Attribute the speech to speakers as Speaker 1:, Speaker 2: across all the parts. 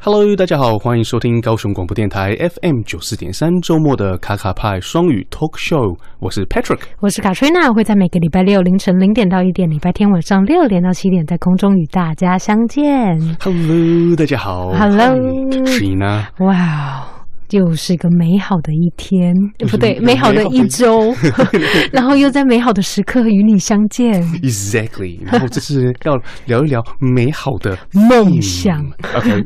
Speaker 1: Hello，大家好，欢迎收听高雄广播电台 FM 九四点三周末的卡卡派双语 Talk Show，我是 Patrick。
Speaker 2: 我是卡崔娜，会在每个礼拜六凌晨零点到一点，礼拜天晚上六点到七点，在空中与大家相见。
Speaker 1: Hello，大家好。
Speaker 2: Hello
Speaker 1: 是你呢？
Speaker 2: 哇哦，又是个美好的一天，
Speaker 1: 是
Speaker 2: 不对，
Speaker 1: 美
Speaker 2: 美
Speaker 1: 好
Speaker 2: 好
Speaker 1: 的
Speaker 2: 的
Speaker 1: 一
Speaker 2: 一周， 然后又在美好的时刻与你相见，
Speaker 1: Exactly，然后这是要聊一聊美好的
Speaker 2: 梦想。
Speaker 1: 嗯 OK，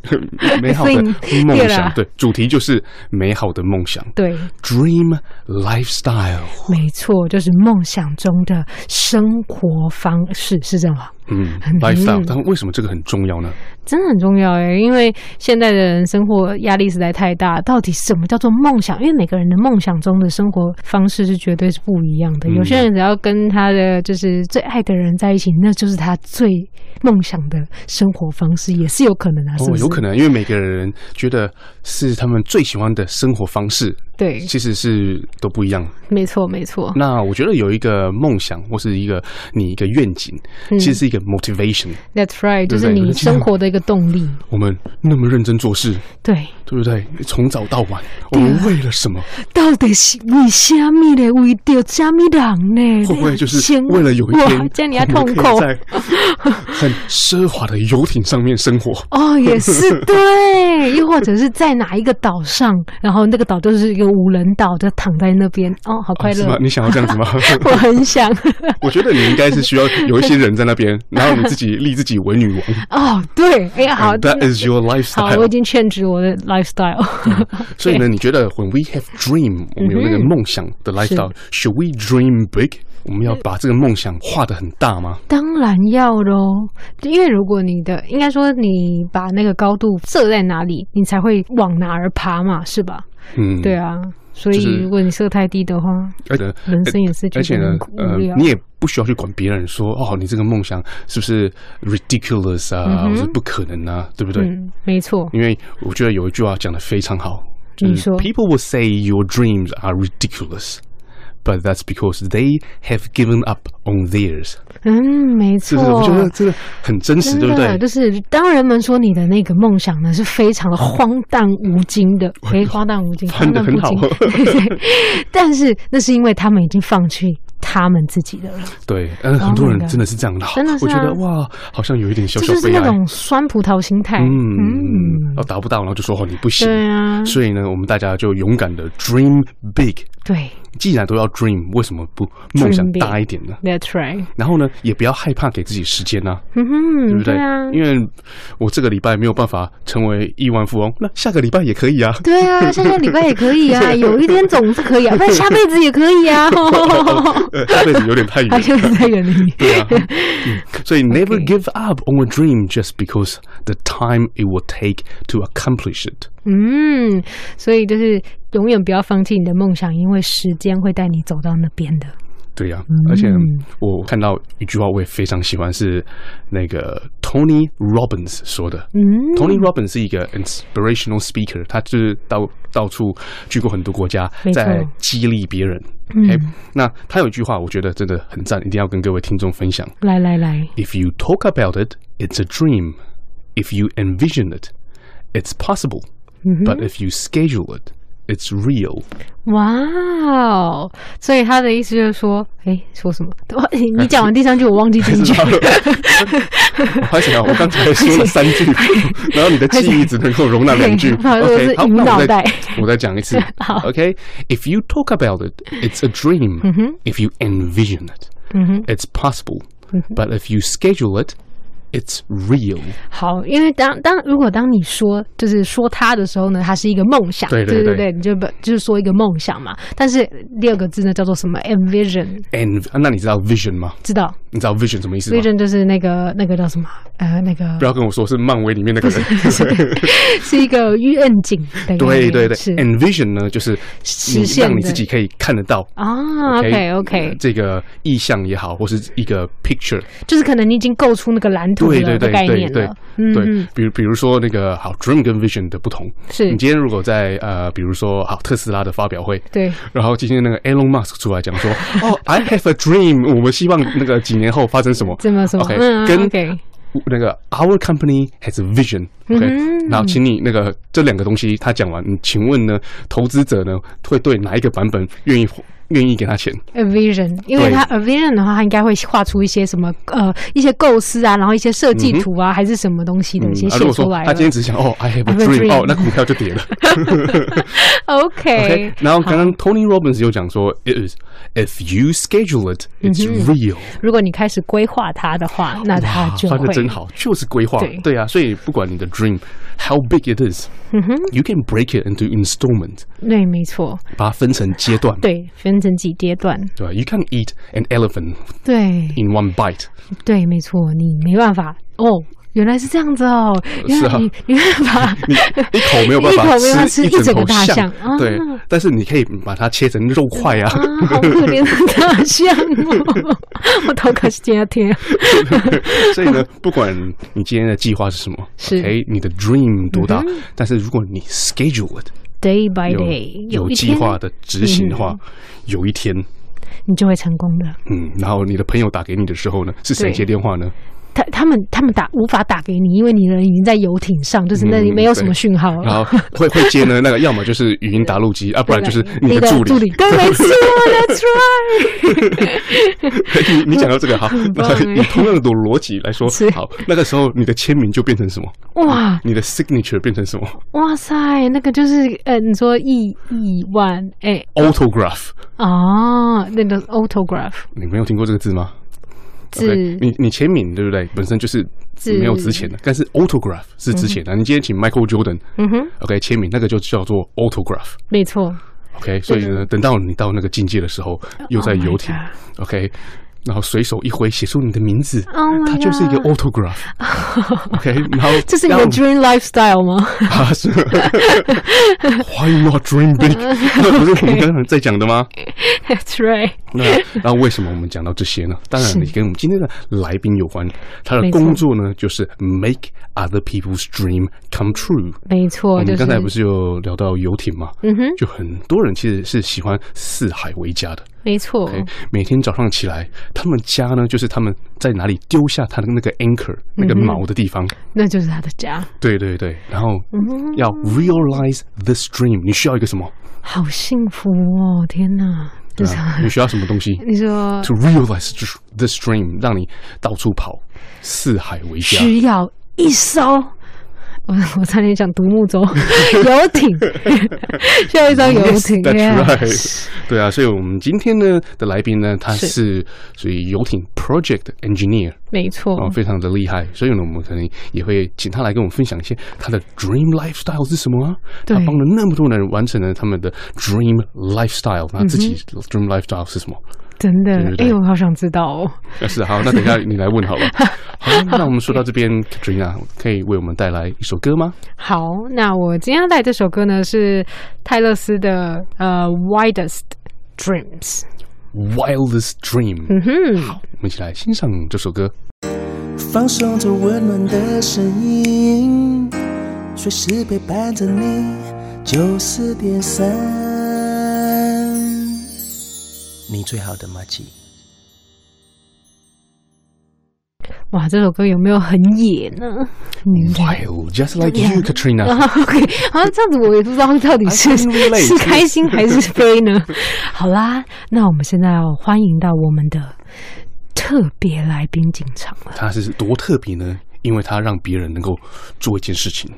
Speaker 1: 美好的梦
Speaker 2: 对
Speaker 1: 想
Speaker 2: 啦，
Speaker 1: 对，主题就是美好的梦想
Speaker 2: 对，
Speaker 1: ，Dream Lifestyle。
Speaker 2: 没错，就是梦想中的生活方式，是这样吗？
Speaker 1: 嗯，lifestyle，但为什么这个很重要呢？
Speaker 2: 真的很重要诶，因为现代的人生活压力实在太大。到底什么叫做梦想？因为每个人的梦想中的生活方式是绝对是不一样的。
Speaker 1: 嗯
Speaker 2: 有些人只要跟他的就是最爱的人在一起，那就是他最梦想的生活方式，也是有可能啊，是
Speaker 1: 哦
Speaker 2: 不，是？
Speaker 1: 有可能，因为每个人觉得是他们最喜欢的生活方式，
Speaker 2: 对，
Speaker 1: 其实是都不一样。
Speaker 2: 没错，没错。
Speaker 1: 那我觉得有一个梦想或是一个你一个愿景，
Speaker 2: 嗯
Speaker 1: 其实是一个 motivation。
Speaker 2: That's right，
Speaker 1: 对
Speaker 2: 就
Speaker 1: 不对
Speaker 2: 是你生活的一个动力。
Speaker 1: 我们那么认真做事，
Speaker 2: 对，
Speaker 1: 对不对？从早到晚，我
Speaker 2: 啊
Speaker 1: 们为了什么？
Speaker 2: 到底是为虾米嘞？为着虾米人嘞？
Speaker 1: 会不会就是
Speaker 2: 先啊
Speaker 1: 为了有一
Speaker 2: 哇
Speaker 1: 天，
Speaker 2: 这样你要
Speaker 1: 我
Speaker 2: 痛
Speaker 1: 们可以
Speaker 2: 苦。
Speaker 1: 在很奢华的游艇上面生活？
Speaker 2: 哦，也是对，又或者是在哪一个岛上，然后那个岛就是一个无人岛，就躺在那边，哦，好 快
Speaker 1: 啊是
Speaker 2: 乐，
Speaker 1: 吗？你想要这样 子吗？
Speaker 2: 我很想，
Speaker 1: 我觉得你应该是需要有一些人在那边，然后你自己立自己为 女王。
Speaker 2: 哦，对，哎呀，好
Speaker 1: And that is your
Speaker 2: 好，我
Speaker 1: lifestyle。
Speaker 2: 已
Speaker 1: 嗯
Speaker 2: 经劝止我的 lifestyle，
Speaker 1: 所以呢，你觉得 when we have dream，我们有那个梦想的
Speaker 2: 嗯
Speaker 1: lifestyle，should we dream big？我们要把这个梦想画的很大吗？
Speaker 2: 当然要喽，因为如果你的应该说你把那个高度设在哪里，你才会往哪儿爬嘛，是吧？
Speaker 1: 嗯，
Speaker 2: 对。啊，所
Speaker 1: 就是
Speaker 2: 以如果你设太低的话，
Speaker 1: 而且
Speaker 2: 人生也是觉
Speaker 1: 而
Speaker 2: 得
Speaker 1: 且呢
Speaker 2: 很，啊无
Speaker 1: 呃
Speaker 2: 聊，
Speaker 1: 你也不需要去管别人说哦，你这个梦想是不是 ridiculous 啊，
Speaker 2: 嗯哼
Speaker 1: 或者不可能啊，对不对？
Speaker 2: 嗯，没错，
Speaker 1: 因为我觉得有一句话讲的非常好，就是
Speaker 2: 你说
Speaker 1: People will say your dreams are ridiculous, but that's because they have given up on theirs。
Speaker 2: 嗯，没
Speaker 1: 是
Speaker 2: 错，
Speaker 1: 不是？我觉得真的很真实，
Speaker 2: 真
Speaker 1: 对
Speaker 2: 的，啊
Speaker 1: 不对？
Speaker 2: 就是当人们说你的那个梦想呢是非常的荒诞无 经的，诶，荒诞无经，
Speaker 1: 翻
Speaker 2: 荒
Speaker 1: 得
Speaker 2: 诞
Speaker 1: 很
Speaker 2: 无
Speaker 1: 好
Speaker 2: 经， 对对但是那是因为他们已经放弃他们自己的了，
Speaker 1: 对，嗯，很多人真的是这样的，
Speaker 2: 哦真的是
Speaker 1: 我
Speaker 2: 啊
Speaker 1: 觉得哇，好像有一点小
Speaker 2: 这
Speaker 1: 小
Speaker 2: 就是
Speaker 1: 悲
Speaker 2: 那
Speaker 1: 哀。
Speaker 2: 种酸葡萄心态。
Speaker 1: 嗯，然后达不到，然后就说哦，你不行。
Speaker 2: 对啊，
Speaker 1: 所以呢，我们大家就勇敢的 dream big。
Speaker 2: 对
Speaker 1: 既然都要 dream，为什么不梦想
Speaker 2: Dream big
Speaker 1: 大一点呢？
Speaker 2: ，That's right，
Speaker 1: 然后呢，也不要害怕给自己时间呐、啊，
Speaker 2: 嗯
Speaker 1: 对
Speaker 2: 哼，
Speaker 1: 不对？
Speaker 2: 啊。
Speaker 1: 因为我这个礼拜没有办法成为亿万富翁，那下个礼拜也可以 啊。
Speaker 2: 对啊，下个礼拜也可以 啊，有一天总是可以啊，不然下辈子也可以啊。
Speaker 1: 呃，下辈子有点太
Speaker 2: 他
Speaker 1: 远。
Speaker 2: 就是在远离。
Speaker 1: 对啊，嗯所以 never
Speaker 2: Okay.
Speaker 1: give up on a dream just because the time it will take to accomplish it。
Speaker 2: 嗯，所以就是永远不要放弃你的梦想，因为时间会带你走到那边的。
Speaker 1: 对呀、
Speaker 2: 嗯
Speaker 1: 而且我看到一句话我也非常喜欢，是那个 Tony Robbins 说的。
Speaker 2: 嗯
Speaker 1: Tony Robbins 是一个 inspirational speaker，他就是到到处去过很多国家
Speaker 2: 没，错
Speaker 1: 在激励别人。
Speaker 2: 嗯
Speaker 1: OK，那他有一句话，我觉得真的很赞，一定要跟各位听众分享。
Speaker 2: 来来来，
Speaker 1: If you talk about it, it's a dream. If you envision it, it's possible.
Speaker 2: 嗯哼
Speaker 1: But if you schedule it, it's real。
Speaker 2: 哇哦！所以他的意思就是说，哎，说什么？哇你讲完第三句，我忘记第一句。
Speaker 1: 我还想啊，我刚才说了三句，然后你的记忆只能够容纳两句。
Speaker 2: 不好意思
Speaker 1: OK，好，
Speaker 2: 我是无
Speaker 1: 那我
Speaker 2: 脑
Speaker 1: 再
Speaker 2: 袋
Speaker 1: 我再讲一次。OK，If you talk about it, it's a dream. If you envision it,
Speaker 2: 嗯哼，
Speaker 1: it's possible. But if you schedule it, it's real。
Speaker 2: 好，因为当当如果当你说就是说它的时候呢，它是一个梦想，
Speaker 1: 对对
Speaker 2: 对
Speaker 1: 对
Speaker 2: 你就把就是说一个梦想嘛。但是第二个字呢叫做什么？envision，
Speaker 1: And 啊那你知道 vision 吗？
Speaker 2: 知道
Speaker 1: 你知道 vision 什么意思吗？
Speaker 2: ？vision 就是那个那个叫什么？呃，那个
Speaker 1: 哦不要跟我说是漫威里面那个 人。
Speaker 2: 是一个愿景的概念，
Speaker 1: 对对对
Speaker 2: 是
Speaker 1: ，and vision 呢，就是
Speaker 2: 实
Speaker 1: 你
Speaker 2: 现
Speaker 1: 让你
Speaker 2: 的
Speaker 1: 自己可以看得到。
Speaker 2: 啊，OK
Speaker 1: 呃
Speaker 2: OK，
Speaker 1: 这个意象也好，或是一个 picture，
Speaker 2: 就是可能你已经构出那个蓝图
Speaker 1: 对对
Speaker 2: 了的
Speaker 1: 对
Speaker 2: 概
Speaker 1: 对
Speaker 2: 念
Speaker 1: 对
Speaker 2: 了，嗯
Speaker 1: 对
Speaker 2: 嗯，
Speaker 1: 比如比如说那个好 dream 跟 vision 的不同，
Speaker 2: 是
Speaker 1: 你今天如果在呃，比如说好特斯拉的发表会，
Speaker 2: 对，
Speaker 1: 然后今天那个 Elon Musk 出来讲说，哦，I have a dream，我们希望那个几年后发生什么？
Speaker 2: 这么说
Speaker 1: OK，
Speaker 2: 嗯
Speaker 1: 跟
Speaker 2: OK
Speaker 1: 那个 Our company has a vision。OK，、
Speaker 2: 嗯
Speaker 1: 然后请你那个这两个东西他讲完，你请问呢，投资者呢会对哪一个版本愿意愿意给他钱？
Speaker 2: a vision，因为
Speaker 1: 对
Speaker 2: 它 a vision 的话，它应该会画出一些什么呃一些构思啊，然后一些设计图啊，还是什么东西的，先
Speaker 1: 嗯啊，
Speaker 2: 写
Speaker 1: 如果
Speaker 2: 出
Speaker 1: 说
Speaker 2: 来
Speaker 1: 他
Speaker 2: 了
Speaker 1: 今。天只是想 哦，I have a
Speaker 2: I have a
Speaker 1: dream，
Speaker 2: dream
Speaker 1: 哦，那股票就跌 了。
Speaker 2: OK，
Speaker 1: OK，然后刚刚 Tony Robbins 有讲说，It is if you schedule it, it's real。
Speaker 2: 如果你开始规划它的话，那它 Mm-hmm。就
Speaker 1: 翻
Speaker 2: 会
Speaker 1: 的真好，就是规划
Speaker 2: 对。
Speaker 1: 对啊，所以不管你的 dream how big it is，you
Speaker 2: Mm-hmm。
Speaker 1: can break it into installment，
Speaker 2: 对，没错，
Speaker 1: 把它分成阶段。
Speaker 2: 对，分成几阶段，
Speaker 1: 对吧？You can eat an elephant
Speaker 2: 对
Speaker 1: in one bite。
Speaker 2: 对，没错，你没办法哦。原来是这样子哦，原
Speaker 1: 是
Speaker 2: 来
Speaker 1: 啊
Speaker 2: 你你没办法，
Speaker 1: 你一口没有办
Speaker 2: 一口没办法
Speaker 1: 法
Speaker 2: 吃
Speaker 1: 一
Speaker 2: 一整
Speaker 1: 整
Speaker 2: 个
Speaker 1: 头
Speaker 2: 大象
Speaker 1: 象
Speaker 2: 啊，
Speaker 1: 对，但是你可以把它切成肉块啊。
Speaker 2: 啊，好可怜的大象 哦！我头可是今天，
Speaker 1: 所以呢，不管你今天的计划是什么，
Speaker 2: 是嗯
Speaker 1: OK，你的 dream 多大，但是如果你 schedule it
Speaker 2: day by
Speaker 1: 有
Speaker 2: day
Speaker 1: 有
Speaker 2: 哎一
Speaker 1: 计
Speaker 2: 天嗯
Speaker 1: 划的执行的话，有一天，
Speaker 2: 你就会成功的。
Speaker 1: 嗯，然后你的朋友打给你的时候呢，是谁
Speaker 2: 对
Speaker 1: 接电话呢？
Speaker 2: 他他们他们打无法打给你，因为你人已经在游艇上，就是那里
Speaker 1: 嗯
Speaker 2: 没有什么讯 号。
Speaker 1: 然后会会接呢，那 个要么就是语音打录机，啊，不然就是
Speaker 2: 你
Speaker 1: 你的
Speaker 2: 助
Speaker 1: 助理。
Speaker 2: 对，没错，That's right。
Speaker 1: 你你讲到这个好，
Speaker 2: 棒
Speaker 1: 那
Speaker 2: 哎
Speaker 1: 以同样的逻辑来说
Speaker 2: 是，
Speaker 1: 好，那个时候你的签名就变成什么？
Speaker 2: 哇
Speaker 1: 你的 signature 变成什么
Speaker 2: 哇塞，那个就是呃，你说亿亿万哎
Speaker 1: ？autograph，
Speaker 2: 哦，那个 autograph
Speaker 1: 你没有听过这个字吗？
Speaker 2: 字
Speaker 1: OK，你你签名对不对？本身就是
Speaker 2: 字
Speaker 1: 没有值钱的，但是 autograph 是值
Speaker 2: 嗯
Speaker 1: 钱的。啊你今天请 Michael Jordan，嗯哼，OK 签名那个就叫做 autograph。
Speaker 2: 没错，
Speaker 1: OK，所以呢，等到你到那个境界的时
Speaker 2: 哦
Speaker 1: 候，又在游艇，OK，然后随手一挥，写出你的名字
Speaker 2: Oh my，
Speaker 1: 它就是一个
Speaker 2: God
Speaker 1: autograph。OK，然 后
Speaker 2: 这是你的
Speaker 1: 让
Speaker 2: dream lifestyle 吗？
Speaker 1: 啊，是 Why not dream big？那不是我们刚刚在讲的吗？
Speaker 2: That's right，
Speaker 1: 那那为什么我们讲到这些呢？当然，
Speaker 2: 是
Speaker 1: 也跟我们今天的来宾有关。他的
Speaker 2: 没错
Speaker 1: 工作呢，就是 make other people's dream come true。
Speaker 2: 没错，
Speaker 1: 我
Speaker 2: 就
Speaker 1: 们哦刚才不
Speaker 2: 是
Speaker 1: 是有聊到游艇嘛？嗯
Speaker 2: 哼，
Speaker 1: 就很多人其实是喜欢四海为家的。
Speaker 2: 没错，
Speaker 1: OK，每天早上起来，他们家呢，就是他们在哪里丢下他的那个 anchor 那
Speaker 2: 嗯
Speaker 1: 个锚的地方。
Speaker 2: 那就是他的家。
Speaker 1: 对对对，然后
Speaker 2: 嗯
Speaker 1: 要 realize this dream，你需要一个什么？
Speaker 2: 好幸福哦！天哪，就
Speaker 1: 对
Speaker 2: 是、
Speaker 1: 啊，你需要什么东西？
Speaker 2: 你说
Speaker 1: to realize this- this dream，让你到处跑，四海为家。
Speaker 2: 需要一艘，我我差点讲独木 舟游艇，需要一艘游
Speaker 1: Yes,
Speaker 2: 艇
Speaker 1: that's
Speaker 2: yeah
Speaker 1: right。对啊，所以我们今天呢的来宾呢，他
Speaker 2: 是
Speaker 1: 是属于游艇 project engineer
Speaker 2: 没错，
Speaker 1: 哦，非常的厉害。所以呢，我们可能也会请他来跟我们分享一些他的 dream lifestyle 是什么啊？
Speaker 2: 对
Speaker 1: 他帮了那么多人完成了他们的 dream lifestyle，那自己
Speaker 2: 嗯
Speaker 1: dream lifestyle 是什么？
Speaker 2: 真的，
Speaker 1: 对对
Speaker 2: 哎、
Speaker 1: 对
Speaker 2: 我好想知道哦。
Speaker 1: 啊是好，那等一 下你来问好了。好，那我们说到这边，Katrina 可以为我们带来一首歌吗？
Speaker 2: 好，那我今天要带这首歌呢是泰勒斯的呃《Widest Dreams》。
Speaker 1: Wildest Dream。
Speaker 2: 嗯哼，
Speaker 1: 我们一起来欣赏这首歌。
Speaker 3: 放松着温暖的声音，随时陪伴着你。九四点三，你最好的马吉。
Speaker 2: 哇，这首歌有没有很野呢？嗯
Speaker 1: Wild, just like you, Katrina.
Speaker 2: 啊 OK，好像这样子我也不知道到底是
Speaker 1: I can relate
Speaker 2: 是开心还是悲呢。 好啦，那我们现在要欢迎到我们的特别来宾进场了，
Speaker 1: 它是多特别呢？因为它让别人能够做一件事情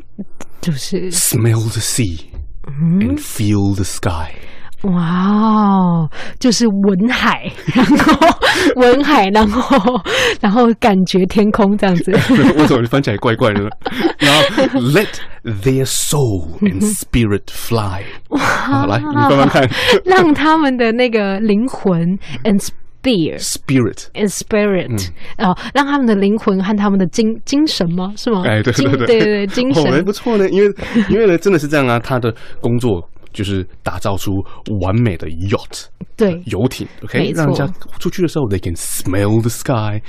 Speaker 2: 就是 Mm-hmm
Speaker 1: ：smell the sea and feel the sky。
Speaker 2: 哇哦，就是文海，然后文海，然后然后感觉天空这 样子。
Speaker 1: 为什么翻起来怪怪 的呢？然后 Let their soul and spirit fly，好来，你慢慢看
Speaker 2: 让他们的那个灵魂 and spirit
Speaker 1: ，spirit。
Speaker 2: and spirit
Speaker 1: 嗯
Speaker 2: 哦，让他们的灵魂和他们的精精神吗？是吗？
Speaker 1: 哎，对
Speaker 2: 精
Speaker 1: 对
Speaker 2: 对对精
Speaker 1: 哦，还
Speaker 2: 神
Speaker 1: 不错呢，因为因为呢，真的是这样啊，他的工作就是打造出完美的 yacht
Speaker 2: 对
Speaker 1: 游艇，OK，
Speaker 2: 没错
Speaker 1: 让人家出去的时候，they can smell the sky，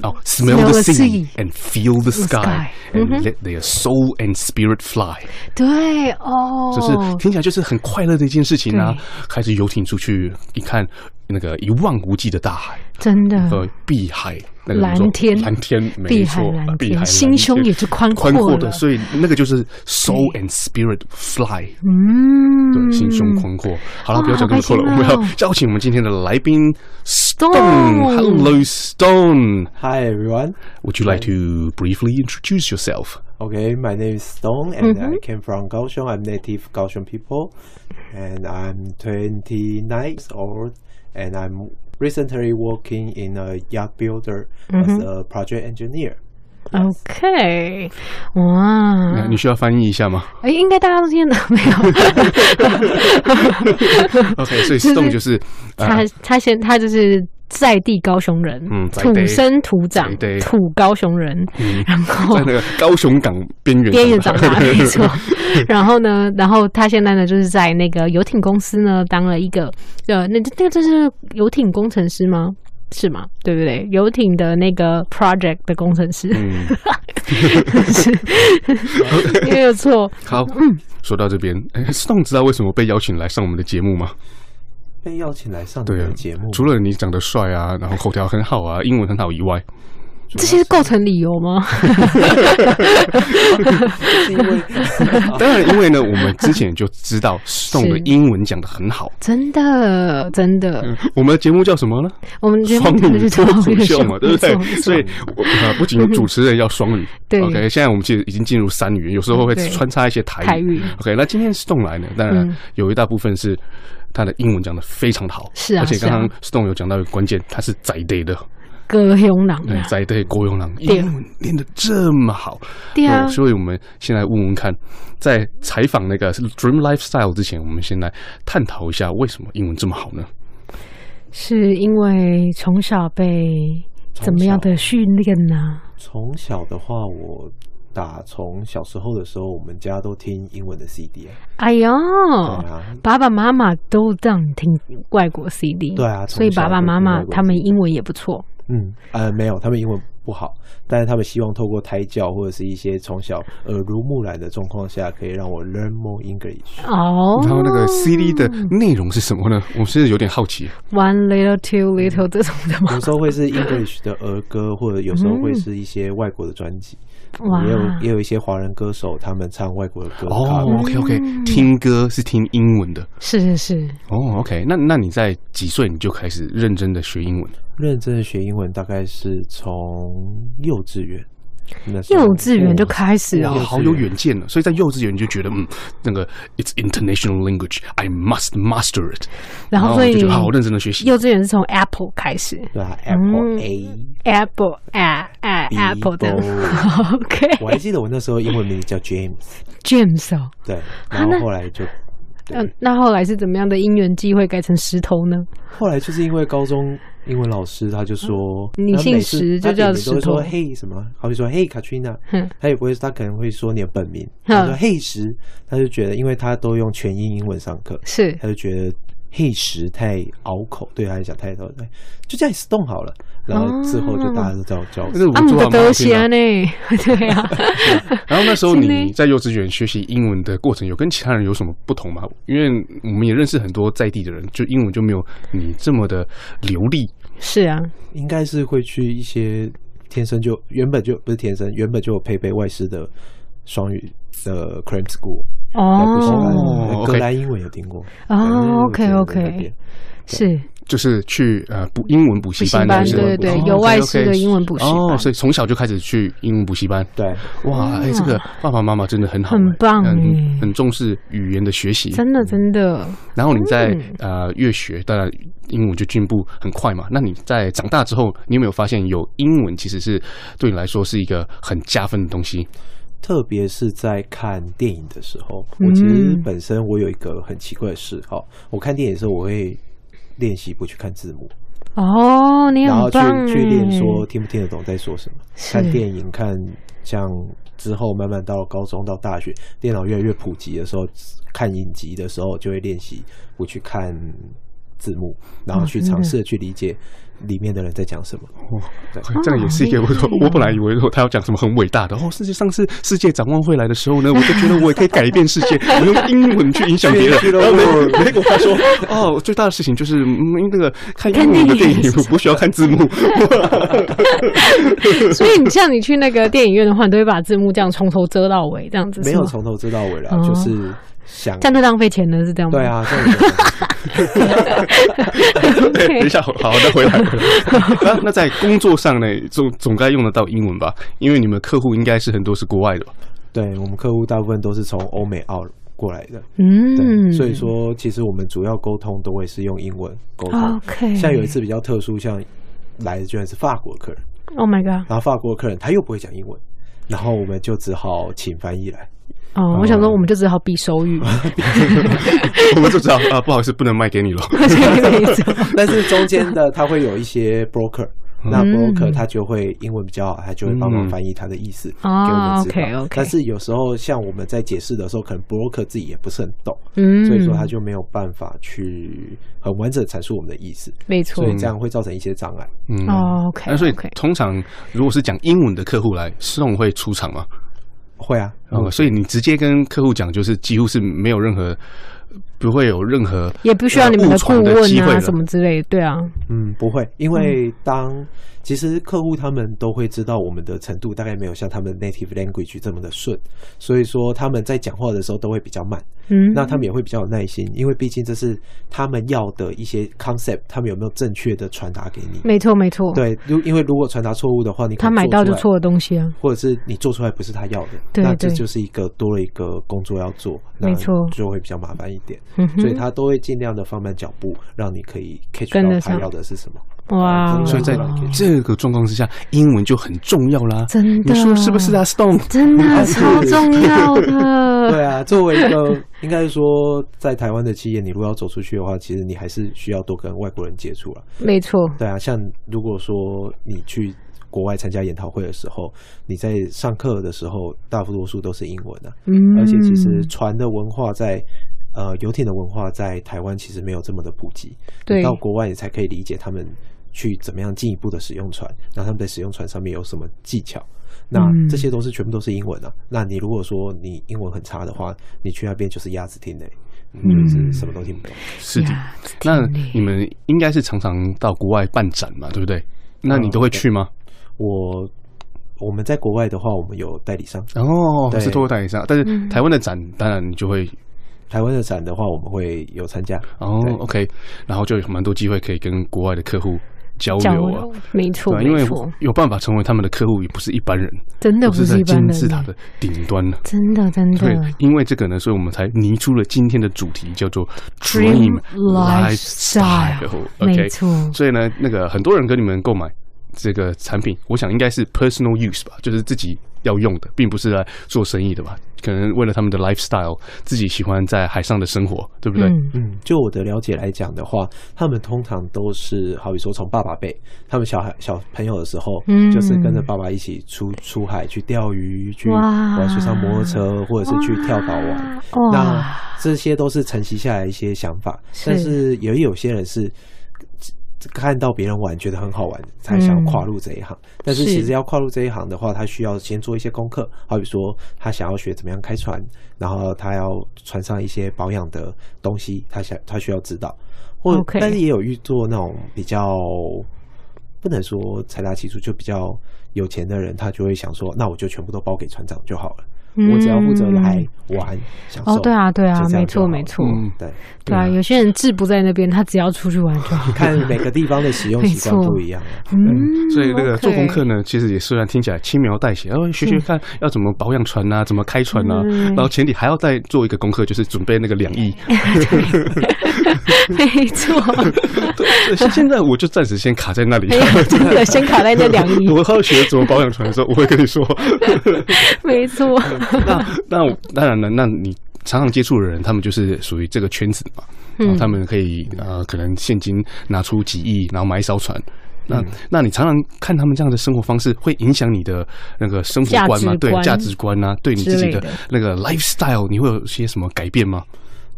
Speaker 1: 哦，smell
Speaker 2: Smell
Speaker 1: the
Speaker 2: the
Speaker 1: sea
Speaker 2: sea
Speaker 1: and feel the sky
Speaker 2: sky，
Speaker 1: and
Speaker 2: 嗯哼
Speaker 1: let their soul and spirit fly，
Speaker 2: 对哦，
Speaker 1: 就是听起来就是很快乐的一件事情啊。开始游艇出去，一看那个一望无际的大海
Speaker 2: 真的
Speaker 1: 和碧海。那个怎么
Speaker 2: 嗯蓝
Speaker 1: 说
Speaker 2: 天
Speaker 1: 蓝天，没
Speaker 2: 碧海
Speaker 1: 错，啊
Speaker 2: 蓝天
Speaker 1: 碧海蓝
Speaker 2: 心
Speaker 1: 天
Speaker 2: 胸也就宽阔
Speaker 1: 宽阔的，
Speaker 2: 了
Speaker 1: 所以那个就是 soul and spirit fly，
Speaker 2: 嗯，
Speaker 1: 对，心胸宽阔。好了，
Speaker 2: 哇
Speaker 1: 不要讲这么多了，我们
Speaker 2: 好开心哦
Speaker 1: 要邀请我们今天的来宾
Speaker 2: Stone
Speaker 1: Stone，Hello Stone。
Speaker 3: Hi everyone.
Speaker 1: Would you like to briefly introduce yourself?
Speaker 3: Okay, my name is Stone, and
Speaker 1: Mm-hmm.
Speaker 3: I came from Kaohsiung. I'm native Kaohsiung people, and I'm 29 years old, and I'm recently working in a yacht builder
Speaker 1: Mm-hmm.
Speaker 3: as a project engineer.
Speaker 2: OK，哇，
Speaker 1: 你需要翻译一下 吗
Speaker 2: 哎，应该大家都听得到没 有
Speaker 1: ？OK，所以
Speaker 2: 就是
Speaker 1: Stone 就是呃
Speaker 2: 他他先他就是在地高雄人，
Speaker 1: 嗯在
Speaker 2: 土
Speaker 1: 地
Speaker 2: 生土长
Speaker 1: 在地，嗯
Speaker 2: 土高雄人， 然后
Speaker 1: 在那个高雄港边缘
Speaker 2: 边缘长大，
Speaker 1: 对
Speaker 2: 没错。然后呢，然后他现在呢，就是在那个游艇公司呢，当了一个呃，那那个这是游艇工程师吗？是吗？对不对？游艇的那个 project 的工程师，
Speaker 1: 嗯，
Speaker 2: 是没有错。
Speaker 1: 好，
Speaker 2: 嗯
Speaker 1: 说到这边，哎，Stone 知道为什么被邀请来上我们的节目吗？
Speaker 3: 被邀请来上你
Speaker 1: 对啊
Speaker 3: 的节目，
Speaker 1: 除了你长得帅啊，然后口条很好啊，英文很好以 外，
Speaker 2: 这些构成理由吗？
Speaker 3: 是因为
Speaker 1: 当然，因为呢，我们之前就知 道 Stone 的英文讲得很好。
Speaker 2: 真的，真的，
Speaker 1: 我们的节目叫什么呢？
Speaker 2: 我们节
Speaker 1: 嗯
Speaker 2: 目
Speaker 1: 双
Speaker 2: 真的
Speaker 1: 语
Speaker 2: 是
Speaker 1: 脱口秀嘛，对不对
Speaker 2: 没错没？错
Speaker 1: 所以，我呃， 不仅有主持人要双语
Speaker 2: 对
Speaker 1: ，OK，现在我们其实已经进入三语，有时候会
Speaker 2: 对
Speaker 1: 穿插一些台
Speaker 2: 台语
Speaker 1: OK，那今天 Stone 来呢，当然
Speaker 2: 嗯
Speaker 1: 有一大部分是他的英文讲得非常好，
Speaker 2: 是啊
Speaker 1: 而且刚刚
Speaker 2: 是
Speaker 1: Stone 有讲到一个关键，他是宅 day 的，
Speaker 2: 歌雄狼
Speaker 1: 对，
Speaker 2: 啊，
Speaker 1: 宅 day 郭永朗
Speaker 2: 对啊
Speaker 1: 英文练得这么好，
Speaker 2: 对啊，
Speaker 1: 所以我们先来问问看，在采访那个 Dream Lifestyle 之前，我们先来探讨一下为什么英文这么好呢？
Speaker 2: 是因为从小被怎么样的训练啊呢？
Speaker 3: 从小的话，我打从小时候的时候，我们家都听英文的 CD 啊。
Speaker 2: 哎呦，
Speaker 3: 对啊，
Speaker 2: 爸爸妈妈都让你听外国 CD，
Speaker 3: 对啊
Speaker 2: 所以爸爸妈妈他们英文也不错，
Speaker 3: 嗯，呃，没有，他们英文不好，但是他们希望透过胎教或者是一些从小耳濡目染的状况下，可以让我 learn more English。
Speaker 2: 哦。
Speaker 1: 然后那个 CD 的内容是什么呢？我是有点好奇。
Speaker 2: One Little Two Little 这种的吗
Speaker 3: 有？时候会是 English 的儿歌，或者有时候会是一些外国的专辑，
Speaker 2: 哇
Speaker 3: 也，有也有一些华人歌手他们唱外国的歌。
Speaker 1: 哦、o k OK，听歌是听英文的。
Speaker 2: 是是是，
Speaker 1: 哦、o k 那那你在几岁你就开始认真的学英文？
Speaker 3: 认真的学英文大概是从幼稚园，那时
Speaker 2: 幼
Speaker 3: 候
Speaker 2: 稚园就开始
Speaker 1: 哇，
Speaker 2: 了，
Speaker 1: 好有远见哦了！所以在幼稚园你就觉得，嗯，那个 It's international language，I must master it。
Speaker 2: 然后所
Speaker 1: 就
Speaker 2: 以
Speaker 1: 觉得好，我认真的学习。
Speaker 2: 幼稚园是从 Apple 开始
Speaker 3: 对啊，Apple
Speaker 2: 嗯
Speaker 3: A。
Speaker 2: ，Apple 啊啊 Apple 这样 ，OK
Speaker 3: 我还记得我那时候英文名字叫 James，
Speaker 2: James 哦，
Speaker 3: 对，然后后来就，
Speaker 2: 那
Speaker 3: 对，
Speaker 2: 那后来是怎么样的因缘机会改成石头呢？
Speaker 3: 后来就是因为高中英文老师他就说，
Speaker 2: 你姓石
Speaker 3: 他每次
Speaker 2: 就叫
Speaker 3: 他每次都会
Speaker 2: 石头
Speaker 3: 说嘿什么，好比说嘿 Katrina，
Speaker 2: 哼
Speaker 3: 他也不会，他可能会说你的本名，
Speaker 2: 哼
Speaker 3: 他说嘿石，他就觉得因为他都用全英英文上课，
Speaker 2: 是
Speaker 3: 他就觉得嘿石太拗口，对他来讲太拗口，就叫你 Stone 好了，然后之后就大家都叫我叫我
Speaker 1: 但是
Speaker 3: Stone
Speaker 1: 我
Speaker 2: 啊，我
Speaker 1: 做还蛮好
Speaker 2: 们都
Speaker 1: 听的
Speaker 2: 写呢， 对啊，
Speaker 1: 然后那时候
Speaker 2: 是
Speaker 1: 你
Speaker 2: 呢
Speaker 1: 在幼稚园学习英文的过程，有跟其他人有什么不同吗？因为我们也认识很多在地的人，就英文就没有你这么的流利。
Speaker 2: 是啊，
Speaker 3: 应该是会去一些天生就原本就不是天生，原本就有配备外师的双语的 cram school。在布
Speaker 2: 哦
Speaker 3: 西
Speaker 1: 哦
Speaker 3: 兰，
Speaker 1: OK
Speaker 3: 格兰英文有听过
Speaker 2: 啊哦，OK
Speaker 3: 对
Speaker 2: OK，
Speaker 3: 对
Speaker 2: 是
Speaker 1: 就是去呃补英文补习班的，
Speaker 2: 补习
Speaker 1: 是
Speaker 2: 班
Speaker 1: 吗
Speaker 2: 对对对
Speaker 1: 哦
Speaker 2: 有外
Speaker 1: OK，OK
Speaker 2: 师的英文补习班
Speaker 1: 哦，所以从小就开始去英文补习班。
Speaker 3: 对，
Speaker 1: 哇，哎，这个爸爸妈妈真的很好哎，
Speaker 2: 很棒哎
Speaker 1: 很很重视语言的学习。
Speaker 2: 真的真的，
Speaker 1: 然后你在、呃越学，当然英文就进步很快嘛。那你在长大之后，你有没有发现有英文其实是对你来说是一个很加分的东西？
Speaker 3: 特别是在看电影的时候，
Speaker 2: 嗯
Speaker 3: 我其实本身我有一个很奇怪的嗜好，我看电影的时候我会练习不去看字幕，
Speaker 2: 哦，你
Speaker 3: 然后
Speaker 2: 很
Speaker 3: 去
Speaker 2: 棒
Speaker 3: 去练说
Speaker 2: 哎
Speaker 3: 听不听得懂在说什么。
Speaker 2: 是
Speaker 3: 看电影看像之后慢慢到高中到大学，电脑越来越普及的时候，看影集的时候就会练习不去看字幕，然
Speaker 2: 哦
Speaker 3: 后去尝试地去理解里面的人在讲什么。
Speaker 1: 哎这样也是一个，我说我本来以为说他要讲什么很伟大的哦，世界上次世界展望会来的时候呢，我就觉得我也可以改变世 界，我用英文去影响别人。
Speaker 3: 去了
Speaker 1: 然后
Speaker 3: 我
Speaker 1: 没没跟他说哦，最大的事情就是嗯那个看英文的电影，我不需要看 字幕。
Speaker 2: 所以你像你去那个电影院的话，你都会把字幕这样从头遮到尾，这样子是
Speaker 3: 没有
Speaker 2: 吗
Speaker 3: 从头遮到尾了，
Speaker 2: 哦
Speaker 3: 就是想
Speaker 2: 这样就浪费钱了，是这样吗？
Speaker 3: 对，啊，这样子
Speaker 1: 对，等一下，好，好再回来。回来 那那在工作上呢，总总该用得到英文吧？因为你们客户应该是很多是国外 的吧？
Speaker 3: 对我们客户大部分都是从欧美澳过来的，
Speaker 2: 嗯，
Speaker 3: 对，所以说其实我们主要沟通都会是用英文沟通。
Speaker 2: OK，
Speaker 3: 像有一次比较特殊，像来的居然是法国客人，
Speaker 2: ，Oh my God，
Speaker 3: 然后法国客人他又不会讲英文，然后我们就只好请翻译来。啊
Speaker 2: 哦，我想说我们就只好比手语，
Speaker 1: 我们就知道啊，不好意思，不能卖给你了。
Speaker 2: 所以没错
Speaker 3: 但是中间 的他会有一些 broker，那
Speaker 2: 嗯
Speaker 3: broker 他就会英文比较好，他就会帮忙翻译他的意思、
Speaker 2: 嗯
Speaker 3: 给我们知道。
Speaker 2: 哦，OK，OK
Speaker 3: 但是有时候像我们在解释的时候，可能 broker 自己也不是很懂，
Speaker 2: 嗯，
Speaker 3: 所以说他就没有办法去很完整的阐述我们的意思，
Speaker 2: 没错
Speaker 3: 所以这样会造成一些障碍。
Speaker 1: 嗯
Speaker 2: 哦，OK，
Speaker 1: 那所以
Speaker 2: OK
Speaker 1: 通常如果是讲英文的客户来，施总会出场嘛？
Speaker 3: 会啊，
Speaker 1: 哦，所以你直接跟客户讲，就是几乎是没有任何，不会有任何
Speaker 2: 也不需要你们
Speaker 1: 呃
Speaker 2: 的
Speaker 1: 误
Speaker 2: 顾
Speaker 1: 传
Speaker 2: 问
Speaker 1: 的机会
Speaker 2: 啊
Speaker 1: 了
Speaker 2: 什么之类的，对啊，
Speaker 3: 嗯，不会，因为当、其实客户他们都会知道我们的程度大概没有像他们 native language 这么的顺，所以说他们在讲话的时候都会比较慢，
Speaker 2: 嗯，
Speaker 3: 那他们也会比较有耐心，因为毕竟这是他们要的一些 concept，他们有没有正确的传达给你？
Speaker 2: 没错没错，，
Speaker 3: 对，如因为如果传达错误的话，你可
Speaker 2: 嗯他
Speaker 3: 能
Speaker 2: 买
Speaker 3: 做
Speaker 2: 到
Speaker 3: 出
Speaker 2: 就
Speaker 3: 来
Speaker 2: 错的东西啊，
Speaker 3: 或者是你做出来不是他要的，
Speaker 2: 对
Speaker 3: 那这
Speaker 2: 对
Speaker 3: 就是一个多了一个工作要做，那
Speaker 2: 没错
Speaker 3: 就会比较麻烦一点，
Speaker 2: 嗯哼
Speaker 3: 所以他都会尽量的放慢脚步，让你可以 catch
Speaker 2: 跟得
Speaker 3: 到
Speaker 2: 上
Speaker 3: 他要的是什么。
Speaker 2: 哇，
Speaker 1: 所以在
Speaker 3: 哦
Speaker 1: 这个状况之下，英文就很重要啦。
Speaker 2: 真的
Speaker 1: 你说是不是啊，Stone？
Speaker 2: 真的超重要
Speaker 3: 对
Speaker 2: 的，
Speaker 3: 啊，作为一个应该是说在台湾的企业，你如果要走出去的话，其实你还是需要多跟外国人接触了。
Speaker 2: 没错，
Speaker 3: 对啊，像如果说你去国外参加研讨会的时候，你在上课的时候，大多数都是英文啊，
Speaker 2: 嗯，
Speaker 3: 而且其实船的文化在。呃，游艇的文化在台湾其实没有这么的普及，
Speaker 2: 对
Speaker 3: 你到国外你才可以理解他们去怎么样进一步的使用船，那他们在使用船上面有什么技巧，那
Speaker 2: 嗯
Speaker 3: 这些都是全部都是英文啊。那你如果说你英文很差的话，你去那边就是鸭子听的、你就是什么都听
Speaker 2: 嗯
Speaker 3: 不懂。
Speaker 1: 是的
Speaker 2: 呀。
Speaker 1: 那
Speaker 2: 真的
Speaker 1: 你们应该是常常到国外办展嘛，对不对？那你都会去吗？
Speaker 3: 我我们在国外的话，我们有代理商，
Speaker 1: 然
Speaker 2: 哦
Speaker 1: 后
Speaker 3: 对
Speaker 1: 哦是托代理商，但
Speaker 2: 嗯
Speaker 1: 是台湾的展当然你就会
Speaker 3: 台湾的展的话，我们会有参加。
Speaker 1: 哦
Speaker 3: 对
Speaker 1: ，OK，然后就有蛮多机会可以跟国外的客户交
Speaker 2: 交
Speaker 1: 流啊
Speaker 2: 流。，没错
Speaker 1: 对啊，因
Speaker 2: 没
Speaker 1: 为
Speaker 2: 错，
Speaker 1: 有办法成为他们的客户，也不是一般人，
Speaker 2: 真的
Speaker 1: 都
Speaker 2: 不
Speaker 1: 是
Speaker 2: 是
Speaker 1: 在
Speaker 2: 一
Speaker 1: 金
Speaker 2: 般人
Speaker 1: 字塔
Speaker 2: 欸
Speaker 1: 的顶端呢。
Speaker 2: 真的真
Speaker 1: 对
Speaker 2: 的，
Speaker 1: 因为这个呢，所以我们才拟出了今天的主题，叫做
Speaker 2: Dream
Speaker 1: Lifestyle
Speaker 2: Lifestyle，。
Speaker 1: OK，
Speaker 2: 没错
Speaker 1: 所以呢，那个很多人跟你们购买这个产品，我想应该是 personal use 吧，就是自己要用的，并不是来做生意的吧？可能为了他们的 lifestyle，自己喜欢在海上的生活，对不对？
Speaker 2: 嗯，
Speaker 3: 嗯，就我的了解来讲的话，他们通常都是好比说从爸爸辈，他们小孩小朋友的时候，
Speaker 2: 嗯
Speaker 3: 就是跟着爸爸一起出出海去钓鱼，去
Speaker 2: 哇
Speaker 3: 玩水上摩托车，或者是去跳岛玩。
Speaker 2: 哇
Speaker 3: 那这些都是承袭下来一些想法，
Speaker 2: 是
Speaker 3: 但是也有些人是看到别人玩觉得很好玩，才想要跨入这一行。但是
Speaker 2: 是
Speaker 3: 其实要跨入这一行的话，他需要先做一些功课，好比说他想要学怎么样开船，然后他要船上一些保养的东西，他想他需要知道。或
Speaker 2: OK
Speaker 3: 但是也有遇做那种比较。不能说财大气粗，就比较有钱的人，他就会想说，那我就全部都包给船长就好了。
Speaker 2: 嗯
Speaker 3: 我只要负责来玩，享受。
Speaker 2: 哦，对啊，对啊
Speaker 3: 就，这样
Speaker 2: 没
Speaker 3: 就好
Speaker 2: 错，
Speaker 3: 了
Speaker 2: 没错，
Speaker 1: 嗯
Speaker 3: 对，
Speaker 2: 对
Speaker 1: 对
Speaker 2: 啊，
Speaker 1: 啊
Speaker 2: 有些人志不在那边，他只要出去玩就 好。
Speaker 3: 看每个地方的使用习
Speaker 2: 没
Speaker 3: 惯
Speaker 2: 错
Speaker 3: 不一样啊。
Speaker 2: 嗯，
Speaker 1: 所以那个
Speaker 2: OK
Speaker 1: 做功课呢，其实也虽然听起来轻描淡写，然后学学看要怎么保养船啊，怎么开船啊，
Speaker 2: 嗯
Speaker 1: 然后前提还要再做一个功课，就是准备那个两 亿。
Speaker 2: 没错，
Speaker 1: 对对现在我就暂时先卡在那里
Speaker 2: 哎。呀，真的先卡在那两 亿，
Speaker 1: 我要学怎么保养船的时候，我会跟你说。
Speaker 2: 没错，
Speaker 1: 那那我当然了，那你常常接触的人，他们就是属于这个圈子嘛，
Speaker 2: 嗯
Speaker 1: 然后他们可以呃，可能现金拿出几亿，然后买一艘船。
Speaker 2: 嗯
Speaker 1: 那那你常常看他们这样的生活方式，会影响你的那个生活观吗？
Speaker 2: 价值
Speaker 1: 对
Speaker 2: 观
Speaker 1: 价值观啊，对你自己
Speaker 2: 之类
Speaker 1: 的
Speaker 2: 的
Speaker 1: 那个 lifestyle，你会有些什么改变吗？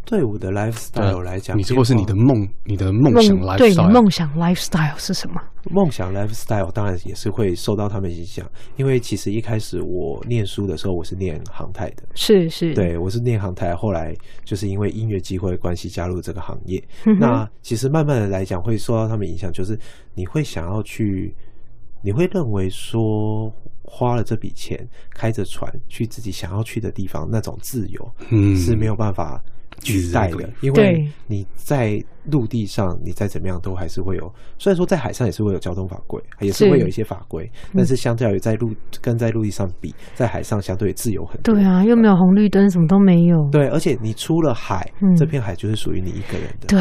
Speaker 3: 对我的 lifestyle 来讲，
Speaker 1: 你或是你的梦，你的梦想
Speaker 2: 梦对你
Speaker 1: lifestyle，
Speaker 2: 梦想 lifestyle 是什么？
Speaker 3: 梦想 lifestyle 当然也是会受到他们影响，因为其实一开始我念书的时候，我是念航太的，
Speaker 2: 是是，
Speaker 3: 对我是念航太，后来就是因为音乐机会的关系加入这个行业。
Speaker 2: 嗯哼
Speaker 3: 那其实慢慢的来讲，会受到他们影响，就是你会想要去，你会认为说花了这笔钱，开着船去自己想要去的地方，那种自由，
Speaker 1: 嗯
Speaker 3: 是没有办法取代的
Speaker 1: Exactly，
Speaker 3: 因为
Speaker 2: 对
Speaker 3: 你在陆地上，你再怎么样都还是会有，虽然说在海上也是会有交通法规，也是
Speaker 2: 是
Speaker 3: 会有一些法规，但是相较于在陆跟在陆地上比，在海上相对自由很 多。
Speaker 2: 对啊，又没有红绿灯，什么都没有，
Speaker 3: 对，而且你出了海，
Speaker 2: 嗯
Speaker 3: 这片海就是属于你一个人的，
Speaker 2: 对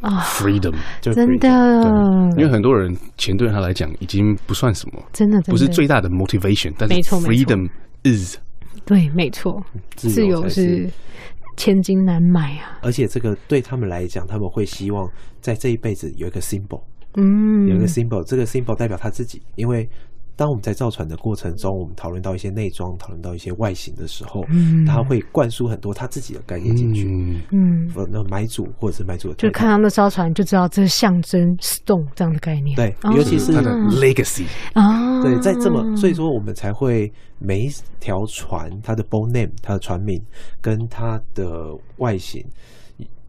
Speaker 2: 啊，
Speaker 1: freedom，
Speaker 3: 就
Speaker 2: 真
Speaker 3: freedom
Speaker 2: 的
Speaker 1: 因为很多人钱对他来讲已经不算什么，
Speaker 2: 真的真的
Speaker 1: 不是最大的 motivation，但是
Speaker 2: 没错没错
Speaker 1: freedom is
Speaker 2: 对，没错，
Speaker 3: 自
Speaker 2: 自由
Speaker 3: 才
Speaker 2: 是千金难买啊，
Speaker 3: 而且这个对他们来讲，他们会希望在这一辈子有一个 symbol，
Speaker 2: 嗯，
Speaker 3: 有一个 symbol，、这个 symbol 代表他自己，因为。当我们在造船的过程中，我们讨论到一些内装，讨论到一些外形的时候，
Speaker 2: 嗯
Speaker 3: 他会灌输很多他自己的概念进去。
Speaker 1: 嗯，
Speaker 2: 嗯，
Speaker 3: 呃那买主或者是买主的
Speaker 2: 就
Speaker 3: 太太
Speaker 2: 看到那艘船就知道这象征 stone 这样的概念，
Speaker 3: 对
Speaker 2: 哦，
Speaker 3: 尤其是
Speaker 1: 他的 legacy，
Speaker 2: 啊，
Speaker 3: 对，在这么，所以说我们才会每一条船它的 b o name，它的船名跟它的外形，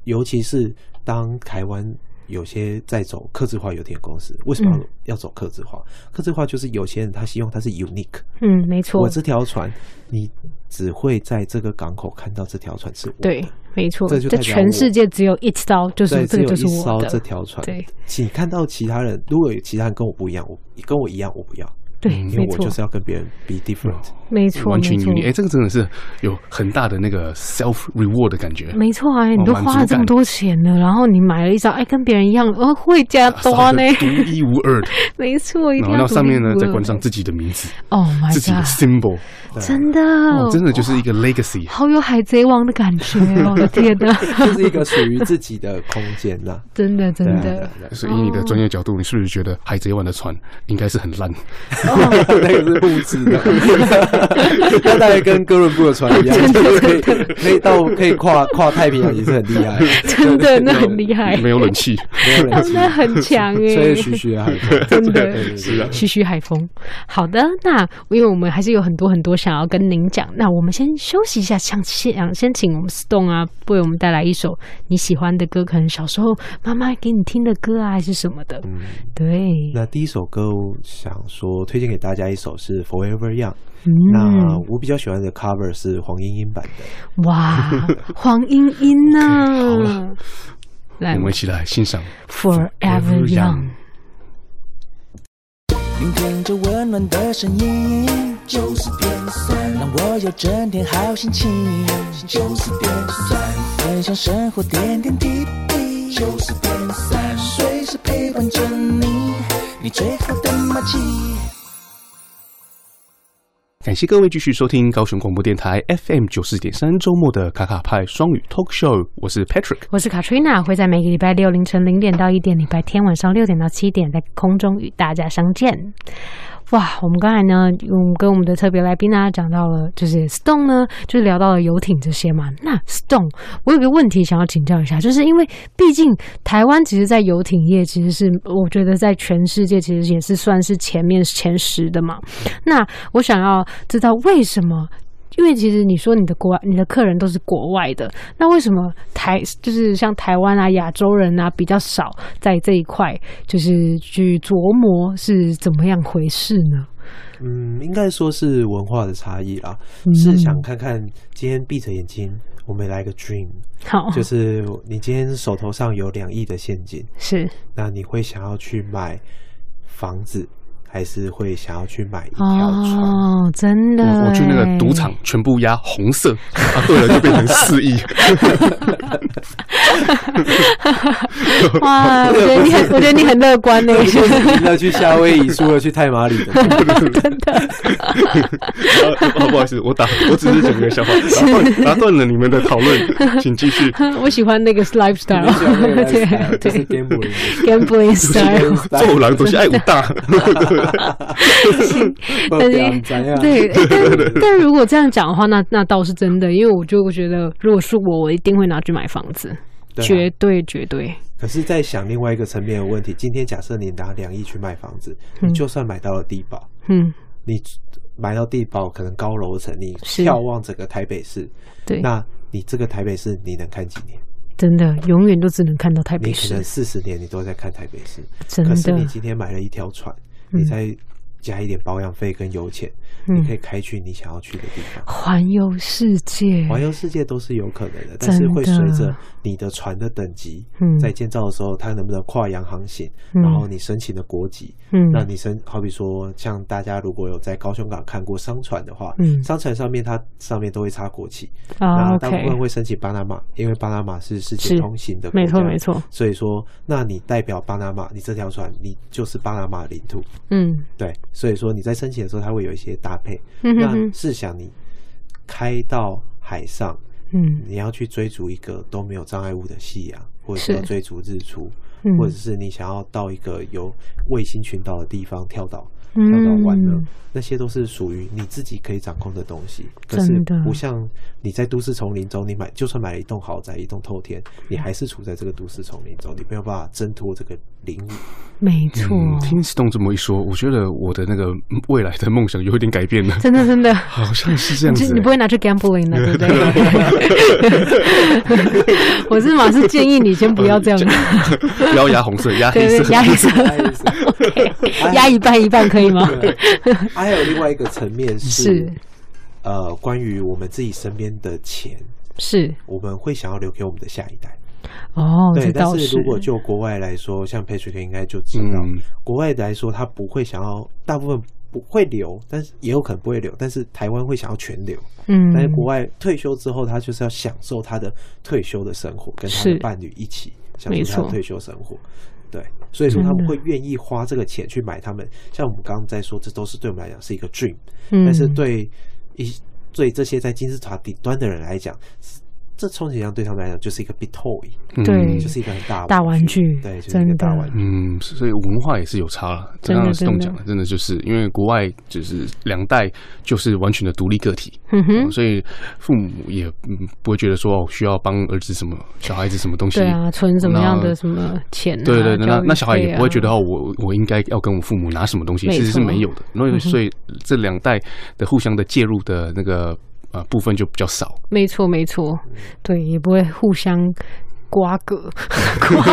Speaker 3: 尤其是当台湾有些在走客制化游艇公司，为什么
Speaker 2: 嗯
Speaker 3: 要走客制化？客制化就是有些人他希望它是 unique，
Speaker 2: 嗯，没错
Speaker 3: 我，这条船你只会在这个港口看到这条船是我的
Speaker 2: 对，没错，
Speaker 3: 这就代
Speaker 2: 在
Speaker 3: 表
Speaker 2: 全
Speaker 3: 我
Speaker 2: 世界只有一艘，就是
Speaker 3: 对，
Speaker 2: 这个
Speaker 3: 只有
Speaker 2: 就是
Speaker 3: 一
Speaker 2: 我
Speaker 3: 艘这
Speaker 2: 的，
Speaker 3: 条船。
Speaker 2: 对
Speaker 3: 请看到其他人，如果有其他人跟我不一样，我跟我一样，我不要，
Speaker 2: 对，
Speaker 3: 嗯因
Speaker 2: 没
Speaker 3: 为我
Speaker 2: 错
Speaker 3: 就，是要跟别人 be different。
Speaker 2: 没错，
Speaker 1: 完
Speaker 2: 没
Speaker 1: 全
Speaker 2: 错
Speaker 1: 有你，哎，这个真的是有很大的那个 self reward 的感觉。
Speaker 2: 没错啊，你
Speaker 1: 哦
Speaker 2: 都
Speaker 1: 满
Speaker 2: 花
Speaker 1: 足
Speaker 2: 了这么
Speaker 1: 感
Speaker 2: 多钱了，然后你买了一张，哎，跟别人一样，哦，会加
Speaker 1: 找
Speaker 2: 多
Speaker 1: 一
Speaker 2: 呢
Speaker 1: 个，
Speaker 3: 啊
Speaker 1: 啊独一无 二的，
Speaker 2: 没错，一
Speaker 1: 然
Speaker 2: 定
Speaker 1: 后
Speaker 2: 要
Speaker 1: 那上面呢再冠
Speaker 2: 关
Speaker 1: 上自己的名字，
Speaker 2: ，Oh my
Speaker 1: 自己的
Speaker 2: god，
Speaker 1: symbol，
Speaker 2: 真的，
Speaker 1: 哦真的就是一个 legacy。
Speaker 2: 好有海贼王的感 觉哦，我的天哪，
Speaker 3: 这是一个属于自己的空间呐、
Speaker 2: 真的真
Speaker 3: 对啊
Speaker 2: 的，
Speaker 3: 对啊
Speaker 1: 所以以你的专业角度，你是不是觉得《海贼王》的船应该是很烂？
Speaker 3: 对啊 那个是物 质的，那大概跟哥伦布的船一样，就是可以可以到可以跨跨太平洋也是很厉 害，
Speaker 2: 真的那很厉害，
Speaker 1: 没有冷 气，
Speaker 3: 没有人
Speaker 2: 真
Speaker 3: 气，
Speaker 2: 的很 强
Speaker 3: 吹
Speaker 2: 哎
Speaker 3: 得，嘘嘘的海风，
Speaker 2: 真的
Speaker 3: 啊对。对对
Speaker 1: 是啊。
Speaker 2: 嘘嘘海风。好的，那因为我们还是有很多很多想要跟您讲，那我们先休息一下，想先先请我们 Stone 啊，为我们带来一首你喜欢的歌，可能小时候妈妈给你听的歌啊，还是什么的。
Speaker 3: 嗯
Speaker 2: 对，
Speaker 3: 那第一首歌，我想说推荐给大家一首是 Forever Young，、那
Speaker 2: 嗯，
Speaker 3: 我比较喜欢的 cover 是黄莺莺版的。
Speaker 2: 哇，黄莺莺
Speaker 1: 好
Speaker 2: 呢
Speaker 1: 了？
Speaker 2: 来
Speaker 1: 我们一起来欣赏。
Speaker 2: ，Forever 哎 Young。
Speaker 4: 聆听着温暖的声音，九十点三，让我有整天好心情，九十点三，分享生活点点滴滴，九十点三，随时陪伴着你，你最好的默契。
Speaker 1: 感谢各位继续收听高雄广播电台 FM 九四点三周末的卡卡派双语 Talk Show，我是 Patrick。
Speaker 2: 我是 Katrina，会在每个礼拜六凌晨零点到一点，礼拜天晚上六点到七点，在空中与大家相见。哇，我们刚才呢，我们跟我们的特别来宾呢讲到了，就是 Stone 呢，就是聊到了游艇这些嘛。那 Stone，我有个问题想要请教一下，就是因为毕竟台湾其实，在游艇业其实是我觉得在全世界其实也是算是前面前十的嘛。那我想要知道为什么？因为其实你说你的国外你的客人都是国外的，那为什么台就是像台湾啊、亚洲人啊比较少在这一块，就是去琢磨是怎么样回事呢？
Speaker 3: 嗯，应该说是文化的差异啦。
Speaker 2: 嗯
Speaker 3: 是想看看今天闭着眼睛，我们来个 dream，
Speaker 2: 好，
Speaker 3: 就是你今天手头上有两亿的现金，
Speaker 2: 是
Speaker 3: 那你会想要去买房子，还是会想要去买一条船？
Speaker 2: 哦，真的
Speaker 1: 我我去那个赌场
Speaker 2: 欸，
Speaker 1: 全部压红色，啊，对了就变成四 亿，
Speaker 2: 哇，我觉得 你很，我觉得你很乐观呢。
Speaker 3: 赢了去夏威夷，输了去泰马里 的。
Speaker 1: 啊，不好意思，我打，我只是讲个笑话，打断打断了你们的讨论，请继续。
Speaker 2: 我喜欢那个 lifestyle，
Speaker 3: 你喜欢 那个 lifestyle，
Speaker 2: 对
Speaker 3: 就是
Speaker 2: 对
Speaker 3: gambling
Speaker 2: ，gambling style。
Speaker 1: 做人都是爱武大，
Speaker 3: 但是
Speaker 2: 对，欸但但如果这样讲的话，那那倒是真的，因为我就觉得，如果是我，我一定会拿去买房子，
Speaker 3: 对啊
Speaker 2: 绝对绝对。
Speaker 3: 可是，在想另外一个层面的问题。今天假设你拿两亿去卖房子，你就算买到了地堡，
Speaker 2: 嗯，
Speaker 3: 你买到地堡可能高楼层，你
Speaker 2: 是
Speaker 3: 眺望整个台北市，
Speaker 2: 对，
Speaker 3: 那你这个台北市你能看几年？
Speaker 2: 真的永远都只能看到台北
Speaker 3: 你可
Speaker 2: 市
Speaker 3: 能，四十年你都在看台北市，
Speaker 2: 真
Speaker 3: 可是
Speaker 2: 的
Speaker 3: 你，今天买了一条船，
Speaker 2: 嗯
Speaker 3: 你再加一点保养费跟油钱，
Speaker 2: 嗯哎
Speaker 3: 你可以开去你想要去的地方。
Speaker 2: 环游世界，
Speaker 3: 环游世界都是有可能的，但是会随着你的船的等级
Speaker 2: 嗯，
Speaker 3: 在建造的时候，它能不能跨洋航行，
Speaker 2: 嗯
Speaker 3: 然后你申请的国籍，
Speaker 2: 嗯
Speaker 3: 那你申好比说，像大家如果有在高雄港看过商船的话，
Speaker 2: 嗯
Speaker 3: 商船上面它上面都会插国旗，
Speaker 2: 啊
Speaker 3: 那大部分
Speaker 2: ，OK，
Speaker 3: 会申请巴拿马，因为巴拿马是世
Speaker 2: 是
Speaker 3: 界通行的国家，
Speaker 2: 没错没错，
Speaker 3: 所以说，那你代表巴拿马，你这条船你就是巴拿马领土，
Speaker 2: 嗯
Speaker 3: 对，所以说你在申请的时候，它会有一些搭配。
Speaker 2: 嗯哼
Speaker 3: 那
Speaker 2: 哼
Speaker 3: 试想你开到海上，
Speaker 2: 嗯
Speaker 3: 你要去追逐一个都没有障碍物的夕阳，或者
Speaker 2: 是
Speaker 3: 是要追逐日出，
Speaker 2: 嗯
Speaker 3: 或者是你想要到一个有卫星群岛的地方跳岛。跳岛
Speaker 2: 嗯，
Speaker 3: 玩乐，那些都是属于你自己可以掌控的东西。可是
Speaker 2: 真的
Speaker 3: 不像你在都市丛林中，你买就算买了一栋豪宅、一栋透天，你还是处在这个都市丛林中，你没有办法挣脱这个领域。
Speaker 2: 没错，
Speaker 1: 嗯听 Stone 这么一说，我觉得我的那个未来的梦想有一点改变了，
Speaker 2: 真的真的。
Speaker 1: 好像是这样
Speaker 2: 你
Speaker 1: 子、
Speaker 2: 就
Speaker 1: 欸。
Speaker 2: 你不会拿去 gambling 的，对不 对？我是马是建议你先不要
Speaker 3: 呃
Speaker 2: 这样，
Speaker 1: 不要压红色，压黑
Speaker 2: 对
Speaker 1: 色
Speaker 2: 对，。压 一下
Speaker 3: 哎
Speaker 2: 压一半一半可以吗？
Speaker 3: 还有另外一个层面是，
Speaker 2: 是
Speaker 3: 呃，关于我们自己身边的钱，
Speaker 2: 是
Speaker 3: 我们会想要留给我们的下一代。
Speaker 2: 哦，这
Speaker 3: 对，
Speaker 2: 倒
Speaker 3: 但
Speaker 2: 是
Speaker 3: 是如果就国外来说，像 Patrick 应该就知道，
Speaker 1: 嗯
Speaker 3: 国外来说他不会想要，大部分不会留，但是也有可能不会留，但是台湾会想要全留。
Speaker 2: 嗯
Speaker 3: 但是国外退休之后，他就是要享受他的退休的生活，跟他
Speaker 2: 是
Speaker 3: 的伴侣一起享
Speaker 2: 没
Speaker 3: 受他
Speaker 2: 错
Speaker 3: 的退休生活。对，所以说他
Speaker 2: 真
Speaker 3: 们
Speaker 2: 的
Speaker 3: 会愿意花这个钱去买他们，像我们刚刚在说，这都是对我们来讲是一个 dream，
Speaker 2: 嗯
Speaker 3: 但是对一对这些在金字塔顶端的人来讲，这充其量对他们来讲就是一个 big toy，
Speaker 1: 嗯
Speaker 2: 对
Speaker 3: 就是一个很大的
Speaker 2: 大玩具
Speaker 3: 对，就是一
Speaker 2: 真
Speaker 3: 个
Speaker 2: 的
Speaker 3: 大玩具。
Speaker 1: 嗯，所以文化也是有差了。
Speaker 2: 真
Speaker 1: 刚
Speaker 2: 的
Speaker 1: 刚是
Speaker 2: 真
Speaker 1: 动
Speaker 2: 的
Speaker 1: 讲的，真的就是因为国外就是两代就是完全的独立个体，
Speaker 2: 嗯哼
Speaker 1: 哦所以父母也嗯不会觉得说哦需要帮儿子什么小孩子什么东西。
Speaker 2: 对啊，存什么
Speaker 1: 然
Speaker 2: 样
Speaker 1: 后
Speaker 2: 的什么钱啊？
Speaker 1: 对对，那
Speaker 2: 教
Speaker 1: 那
Speaker 2: 育
Speaker 1: 那小孩也
Speaker 2: 费
Speaker 1: 不会
Speaker 2: 啊
Speaker 1: 觉得哦，我我应该要跟我父母拿什么东西，
Speaker 2: 没
Speaker 1: 其实是
Speaker 2: 错嗯
Speaker 1: 没有的。因为所以这两代的互相的介入的那个呃部分就比较少。
Speaker 2: 没错，没错，对，也不会互相瓜 葛，瓜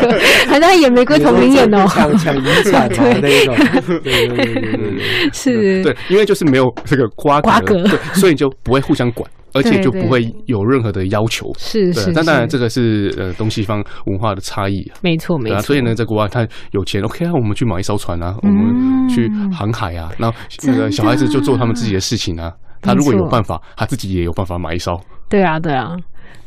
Speaker 2: 葛，好像也没归同龄眼哦。
Speaker 3: 抢抢遗 产啊那一种，对对对对对对。
Speaker 2: 是，
Speaker 1: 对，因为就是没有这个瓜
Speaker 2: 瓜
Speaker 1: 葛
Speaker 2: 葛
Speaker 1: 的，对，所以就不会互相 管，而且
Speaker 2: 对
Speaker 1: 就不
Speaker 2: 对
Speaker 1: 会有任何的要求。
Speaker 2: 是
Speaker 1: 对
Speaker 2: 是，
Speaker 1: 但当然
Speaker 2: 是
Speaker 1: 这个是呃东西方文化的差异啊。
Speaker 2: 没错没
Speaker 1: 对啊，
Speaker 2: 错。嗯
Speaker 1: 所以呢，，在国外他有钱，OK 啊，我们去买一艘船啊，我们去航海啊，然后那
Speaker 2: 真的
Speaker 1: 个小孩子就做他们自己的事情啊。他如果有办法，他自己也有办法买一艘。
Speaker 2: 对啊对啊，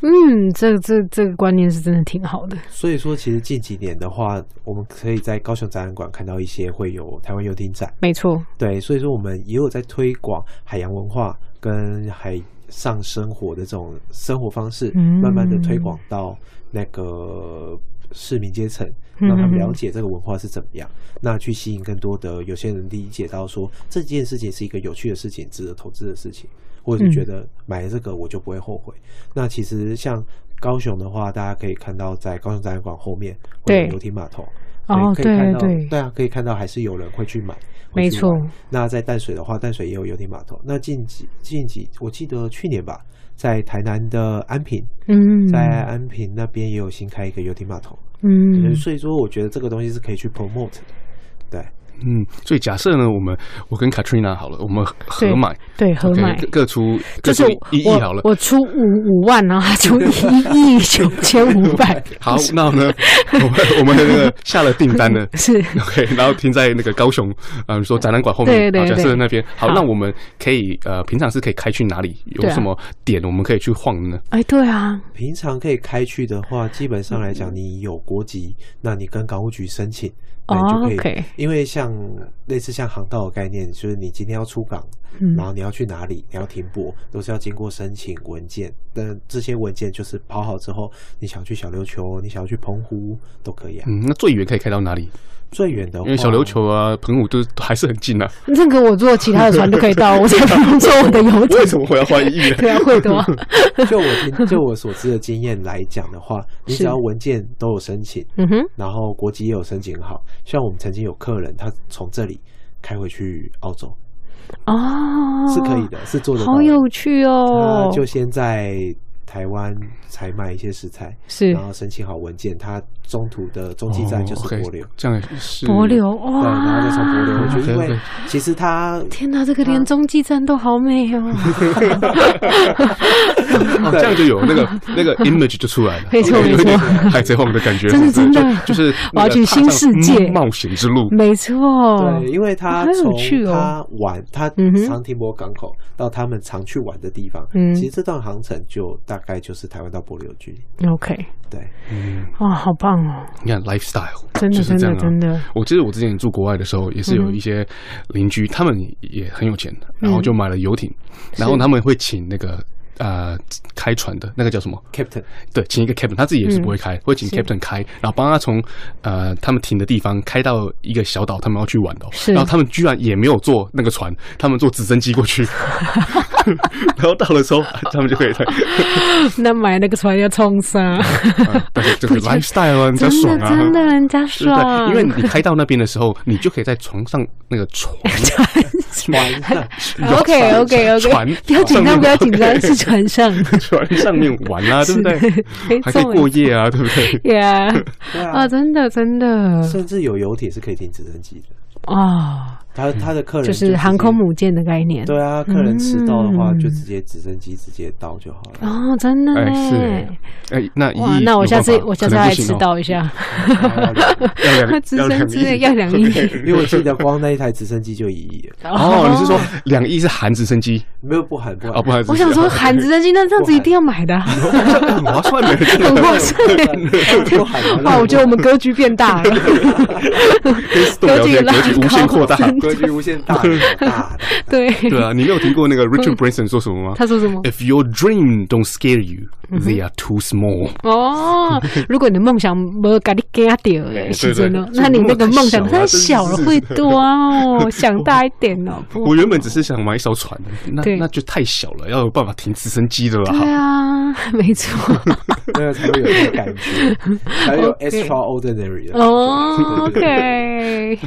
Speaker 2: 嗯，这这这个观念是真的挺好的。
Speaker 3: 所以说，其实近几年的话，我们可以在高雄展览馆看到一些会有台湾游艇展，
Speaker 2: 没错，
Speaker 3: 对，所以说我们也有在推广海洋文化跟海上生活的这种生活方式，
Speaker 2: 嗯
Speaker 3: 慢慢的推广到那个市民阶层，
Speaker 2: 嗯
Speaker 3: 让他们了解这个文化是怎么样，那去吸引更多的有些人理解到说这件事情是一个有趣的事情，值得投资的事情，或者是
Speaker 2: 嗯
Speaker 3: 觉得买了这个我就不会后悔。那其实像高雄的话，大家可以看到在高雄展览馆后面会
Speaker 2: 对
Speaker 3: 有游艇码头。
Speaker 2: 哦
Speaker 3: 可以看到，
Speaker 2: 对对
Speaker 3: 对啊，可以看到还是有人会去买，会
Speaker 2: 没
Speaker 3: 去
Speaker 2: 错
Speaker 3: 玩。那在淡水的话，淡水也有游艇码头。那近几近几，我记得去年吧，在台南的安平，
Speaker 2: 嗯，
Speaker 3: 在安平那边也有新开一个游艇码头。
Speaker 2: 嗯，
Speaker 3: 所以说，我觉得这个东西是可以去 promote 的。对，
Speaker 1: 嗯，所以假设呢，我们我跟 Katrina 好了，我们合
Speaker 2: 对
Speaker 1: 买，
Speaker 2: 对，合
Speaker 1: OK，
Speaker 2: 买。
Speaker 1: 各各出各
Speaker 2: 就是
Speaker 1: 出一亿
Speaker 2: 我
Speaker 1: 好了。
Speaker 2: 我出五五万，然后 他出一亿 九千五百，
Speaker 1: 好，那呢， 我们我们那个下了订单 了
Speaker 2: 是
Speaker 1: OK，然后停在那个高雄，嗯、说展览馆后
Speaker 2: 对
Speaker 1: 面，
Speaker 2: 对
Speaker 1: 好，假
Speaker 2: 对
Speaker 1: 设那边好，
Speaker 2: 好
Speaker 1: 那我们可以呃，平常是可以开去哪里？有
Speaker 2: 对啊
Speaker 1: 什么点我们可以去晃的呢？
Speaker 2: 哎，对啊，
Speaker 3: 平常可以开去的话，基本上来
Speaker 2: 嗯
Speaker 3: 讲，你有国籍，那你跟港务局申请，那你就
Speaker 2: 哦
Speaker 3: 可以。
Speaker 2: ，OK，
Speaker 3: 因为像类似像航道的概念，就是你今天要出港，
Speaker 2: 嗯
Speaker 3: 然后你要去哪里，你要停泊，都是要经过申请文件。但这些文件就是跑好之后，你想要去小琉球，你想要去澎湖都可以啊。
Speaker 1: 嗯，那最远可以开到哪里？
Speaker 3: 最远的话，
Speaker 1: 因为小琉球啊、澎湖都都还是很近啊。
Speaker 2: 这个我坐其他的船就可以到，我才不用坐我的游 艇
Speaker 1: 为。什么我要花一亿呢？
Speaker 2: 对啊，会多，
Speaker 3: 就我听 就我所知的经验来讲的话，你只要文件都有申请，
Speaker 2: 嗯哼，
Speaker 3: 然后国籍也有申请好，像我们曾经有客人他从这里开回去澳洲、
Speaker 2: 哦，
Speaker 3: 是可以，的，是做得到
Speaker 2: 好
Speaker 3: 的。
Speaker 2: 有趣哦
Speaker 3: 他，就先在台湾采买一些食材，
Speaker 2: 是
Speaker 3: 然后申请好文件，他中途的中继站就是
Speaker 1: 哦，OK，
Speaker 3: 帛琉。
Speaker 1: 这样也是
Speaker 2: 帛琉
Speaker 3: 对，
Speaker 2: 哇，
Speaker 3: 然后再从帛琉回去，因
Speaker 1: OK，OK
Speaker 3: 为其实他
Speaker 2: 天哪，这个连中继站都好 美哦，
Speaker 1: 哦，这样就有那个 那个 image 就出来了，
Speaker 2: 没错
Speaker 1: 有
Speaker 2: 没错
Speaker 1: 点海贼王的感觉，
Speaker 2: 真的
Speaker 1: 对不对
Speaker 2: 真的
Speaker 1: 就就是
Speaker 2: 我要
Speaker 1: 那个
Speaker 2: 去
Speaker 1: 踏
Speaker 2: 新
Speaker 1: 上
Speaker 2: 世界
Speaker 1: 冒险之路。
Speaker 2: 没错，
Speaker 3: 对，因为他
Speaker 2: 好有
Speaker 3: 从
Speaker 2: 哦趣哦
Speaker 3: 他玩他
Speaker 2: 嗯哼
Speaker 3: 常停泊港口到他们常去玩的地方，
Speaker 2: 嗯
Speaker 3: 其实这段航程就大概就是台湾到帛琉的距离。
Speaker 2: OK，
Speaker 3: 对，
Speaker 2: 哇，好棒哦，
Speaker 1: 你看 lifestyle，
Speaker 2: 真的
Speaker 1: 就是
Speaker 2: 真
Speaker 1: 这
Speaker 2: 的
Speaker 1: 样啊
Speaker 2: 真的，
Speaker 1: 我记得我之前住国外的时候，也
Speaker 2: 嗯
Speaker 1: 是有一些邻居，他们也很有钱，然后就买了游艇，然后他们会请那个呃开船的那个叫什么？
Speaker 3: Captain，
Speaker 1: 对，请一个 captain，他自己也
Speaker 2: 嗯
Speaker 1: 是不会开，会请 captain 开，然后帮他从呃他们停的地方开到一个小岛，他们要去玩的哦、
Speaker 2: 是
Speaker 1: 然后他们居然也没有坐那个船，他们坐直升机过 去，然后到了之后他们就可以在，
Speaker 2: 那买那个船要冲啥？
Speaker 1: 啊但是这个 lifestyle 啊，比较
Speaker 2: 真
Speaker 1: 爽
Speaker 2: 的
Speaker 1: 啊，
Speaker 2: 真的，人家
Speaker 1: 对不对？
Speaker 2: 爽，
Speaker 1: 因为你开到那边的时候，你就可以在床上那个床
Speaker 3: 船上
Speaker 2: OK OK OK，
Speaker 1: 船
Speaker 2: 不要紧
Speaker 1: 上
Speaker 2: 张，
Speaker 1: 面
Speaker 2: 不要紧张，
Speaker 1: OK
Speaker 2: 是船上，
Speaker 1: 船上面玩啊， 对不对？
Speaker 2: 没
Speaker 1: 还可以
Speaker 2: 错
Speaker 1: 过夜啊，对不对？
Speaker 2: ，Yeah，
Speaker 3: 对
Speaker 2: 啊，
Speaker 3: 啊，
Speaker 2: 真的真 的
Speaker 3: 甚至有游艇是可以停直升机的。
Speaker 2: 啊，
Speaker 3: 他他的客人
Speaker 2: 就是
Speaker 3: 直
Speaker 2: 航
Speaker 3: 接
Speaker 2: 空母舰的概念，
Speaker 3: 对啊，客人迟到的话
Speaker 2: 嗯
Speaker 3: 就直接直升机直接到就好了。
Speaker 2: 哦，真的
Speaker 1: 哎是
Speaker 2: 嘞
Speaker 1: 哎，那一
Speaker 2: 哇
Speaker 1: 亿，
Speaker 2: 那我
Speaker 1: 有
Speaker 2: 下
Speaker 1: 办
Speaker 2: 次
Speaker 1: 法
Speaker 2: 我下
Speaker 1: 可
Speaker 2: 次
Speaker 1: 能
Speaker 2: 要
Speaker 1: 不
Speaker 2: 来
Speaker 1: 行
Speaker 2: 迟
Speaker 1: 哦
Speaker 2: 到一下，
Speaker 1: 要两
Speaker 2: 直
Speaker 1: 要
Speaker 2: 升
Speaker 1: 两
Speaker 2: 机的
Speaker 1: 亿
Speaker 2: 要两亿，
Speaker 3: 因为我记得光那一台直升机就一亿了，
Speaker 1: 哦，你是说两亿是含直升机
Speaker 3: 没有不喊不喊
Speaker 1: 哦，不好意思，
Speaker 2: 我 想说含直升机，那这样子一定要买的啊，
Speaker 1: 很划算的，真的
Speaker 2: 很 划算
Speaker 3: 不喊不喊
Speaker 2: 哇，我觉得我们格局变大了，
Speaker 1: 格
Speaker 2: 格局
Speaker 1: 局
Speaker 2: 拉
Speaker 1: 格局无限
Speaker 2: 高
Speaker 1: 扩大。
Speaker 2: 真的
Speaker 3: 格局无限大大的。
Speaker 2: 对，
Speaker 1: 对啊，你没有听过那个 Richard Branson 说什么吗
Speaker 2: 嗯他说什 Mm-hmm 么？
Speaker 1: ？If your dream don't scare you, they are too small。
Speaker 2: 哦，如果你的梦想没给你给他掉
Speaker 1: 哎
Speaker 2: 嘞，是真的哦
Speaker 1: 对，对
Speaker 2: 那你那个梦想
Speaker 1: 如果
Speaker 2: 太
Speaker 1: 太小
Speaker 2: 小
Speaker 1: 了
Speaker 2: 了会多哦，想大一点哦。不
Speaker 1: 我原本只是想买一艘船的，那
Speaker 2: 对
Speaker 1: 那就太小了，要有办法停直升机的
Speaker 2: 对
Speaker 1: 啦。
Speaker 2: 啊，没错。
Speaker 3: 那个才会有那个感 觉，才有
Speaker 2: OK
Speaker 3: extraordinary 的感觉
Speaker 2: 哦
Speaker 3: 对对对
Speaker 2: ，OK，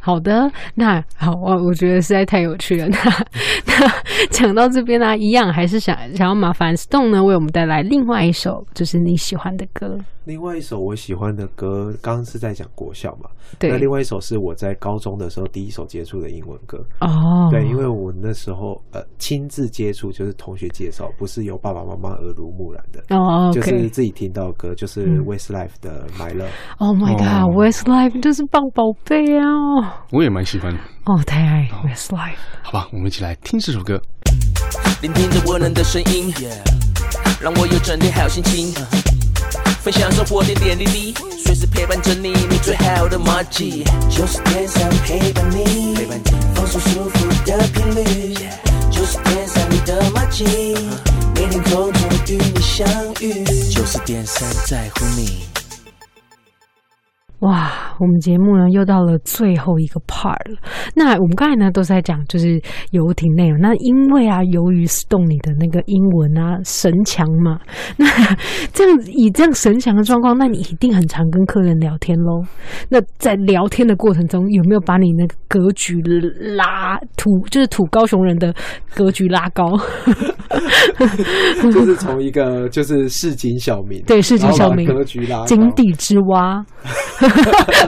Speaker 2: 好的，那好，我我觉得实在太有趣了。那 那讲到这边呢、一样还是想想要麻烦 Stone 呢为我们带来另外一首就是你喜欢的歌，
Speaker 3: 另外一首我喜欢的歌，刚刚是在讲国校嘛，那
Speaker 2: 对
Speaker 3: 另，外一首是我在高中的时候第一首接触的英文歌，
Speaker 2: 哦，
Speaker 3: 对，因为我那时候呃亲自接触，就是同学介绍，不是由爸爸妈妈耳濡目染的。
Speaker 2: 哦
Speaker 3: 就
Speaker 2: ，OK，
Speaker 3: 是自己听到的歌，就是
Speaker 2: 嗯
Speaker 3: Westlife 的《My Love》，
Speaker 2: Oh my
Speaker 1: 哦
Speaker 2: God，Westlife 就是棒宝贝啊！哦
Speaker 1: 我也蛮喜欢的，
Speaker 2: 哦，太爱 Westlife，
Speaker 1: 好吧，我们一起来听这首歌。
Speaker 2: 嗯
Speaker 4: 聆听着温暖的声音，让我有整天好心情。分享生活点点滴滴，随时陪伴着你，你最好的默契。就是天上陪伴你，陪伴你放松舒服的频率。就是天上你的默契，每天空中与你相遇。就是点三在乎你。
Speaker 2: 哇，我们节目呢又到了最后一个 part 了。那我们刚才呢都是在讲就是游艇内容，那因为啊，由于 Stone 你的那个英文啊神强嘛，那这样以这样神强的状况，那你一定很常跟客人聊天喽。那在聊天的过程中，有没有把你那个格局拉土，就是土高雄人的格局拉高？
Speaker 3: 就是从一个就是市井小民，
Speaker 2: 对市井
Speaker 3: 然后把
Speaker 2: 小民
Speaker 3: 格局拉高
Speaker 2: 井底之蛙，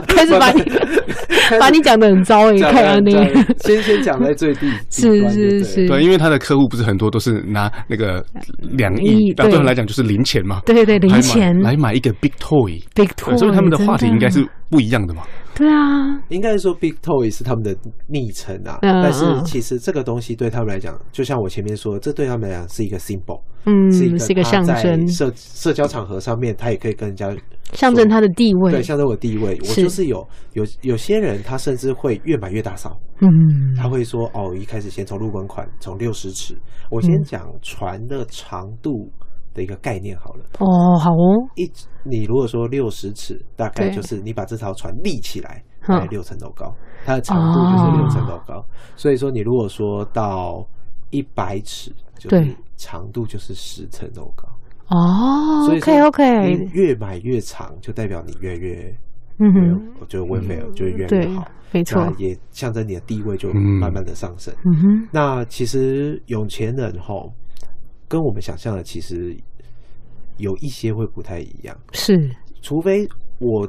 Speaker 2: 开始把你把你讲的很糟诶、
Speaker 3: 讲
Speaker 2: 看来
Speaker 3: 完
Speaker 2: 啊你
Speaker 3: 讲完先先讲在最低
Speaker 2: 是
Speaker 3: 低端就是对了
Speaker 2: 是，
Speaker 1: 对，因为他的客户不是很多都是拿那个两
Speaker 2: 亿
Speaker 1: 亿，然后对他
Speaker 2: 对
Speaker 1: 们来讲就是零钱嘛，
Speaker 2: 对对，零钱
Speaker 1: 来买来买一个 big toy，
Speaker 2: big
Speaker 1: 对
Speaker 2: toy，
Speaker 1: 所以他们的
Speaker 2: 真
Speaker 1: 话题应该是不一样的嘛。
Speaker 2: 对啊，
Speaker 3: 应该说 Big Toy 是他们的昵称啊，
Speaker 2: 嗯
Speaker 3: 但是
Speaker 2: 嗯
Speaker 3: 其实这个东西对他们来讲，就像我前面说，这对他们来讲是一个 symbol，、
Speaker 2: 嗯，
Speaker 3: 是一个
Speaker 2: 是一个
Speaker 3: 他
Speaker 2: 象
Speaker 3: 在
Speaker 2: 征，
Speaker 3: 社社交场合上面，他也可以跟人家
Speaker 2: 象征他的地
Speaker 3: 对
Speaker 2: 位，
Speaker 3: 象征我地位。我
Speaker 2: 是
Speaker 3: 就是有有有些人，他甚至会越买越大勺，
Speaker 2: 嗯，
Speaker 3: 他会说哦，一开始先从入门款，从六十尺。我
Speaker 2: 嗯
Speaker 3: 先讲船的长度的一个概念好了。
Speaker 2: 哦，好哦，
Speaker 3: 一，你如果说六十尺，大概
Speaker 2: 对
Speaker 3: 就是你把这条船立起来，
Speaker 2: 嗯
Speaker 3: 大概六层楼高，它的长度就是六层楼高。
Speaker 2: 哦
Speaker 3: 所以说，你如果说到一百尺，就是
Speaker 2: 对
Speaker 3: 长度就是十层楼高。
Speaker 2: 哦
Speaker 3: 所以
Speaker 2: ，OK
Speaker 3: 说嗯
Speaker 2: OK，
Speaker 3: 你越买越长，就代表你越来越，
Speaker 2: 嗯
Speaker 3: 越
Speaker 2: 哼，嗯
Speaker 3: 我觉得 w e l f a r 就越来
Speaker 2: 对
Speaker 3: 越好，，
Speaker 2: 没错，
Speaker 3: 那也象征你的地位就
Speaker 1: 嗯
Speaker 3: 慢慢的上升。
Speaker 2: 嗯哼，
Speaker 3: 那其实有钱人吼，跟我们想象的其实有一些会不太一样。
Speaker 2: 是，
Speaker 3: 除非我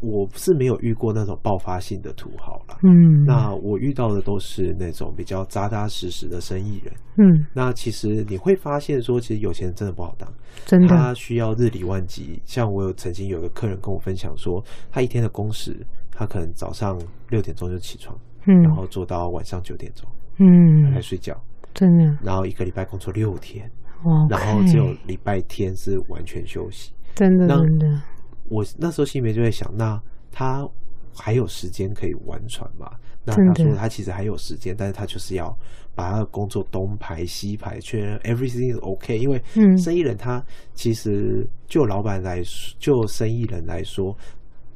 Speaker 3: 我是没有遇过那种爆发性的土豪啦。
Speaker 2: 嗯，
Speaker 3: 那我遇到的都是那种比较扎扎实实的生意人。
Speaker 2: 嗯，
Speaker 3: 那其实你会发现说，其实有钱人真的不好当，
Speaker 2: 真的，
Speaker 3: 他需要日理万机。像我有曾经有一个客人跟我分享说，他一天的工时，他可能早上六点钟就起床，
Speaker 2: 嗯
Speaker 3: 然后做到晚上九点钟才
Speaker 2: 嗯，
Speaker 3: 睡觉，
Speaker 2: 真的哦
Speaker 3: 然后一个礼拜工作六天，
Speaker 2: ，OK，
Speaker 3: 然后只有礼拜天是完全休息。
Speaker 2: 真的
Speaker 3: 那
Speaker 2: 真的，
Speaker 3: 我那时候心里面就在想，那他还有时间可以玩船吗？那
Speaker 2: 真
Speaker 3: 他
Speaker 2: 的
Speaker 3: 说他其实还有时间，但是他就是要把他的工作东排西排，确认 everything is OK。因为
Speaker 2: 嗯
Speaker 3: 生意人他其实就老板来说，就生意人来说，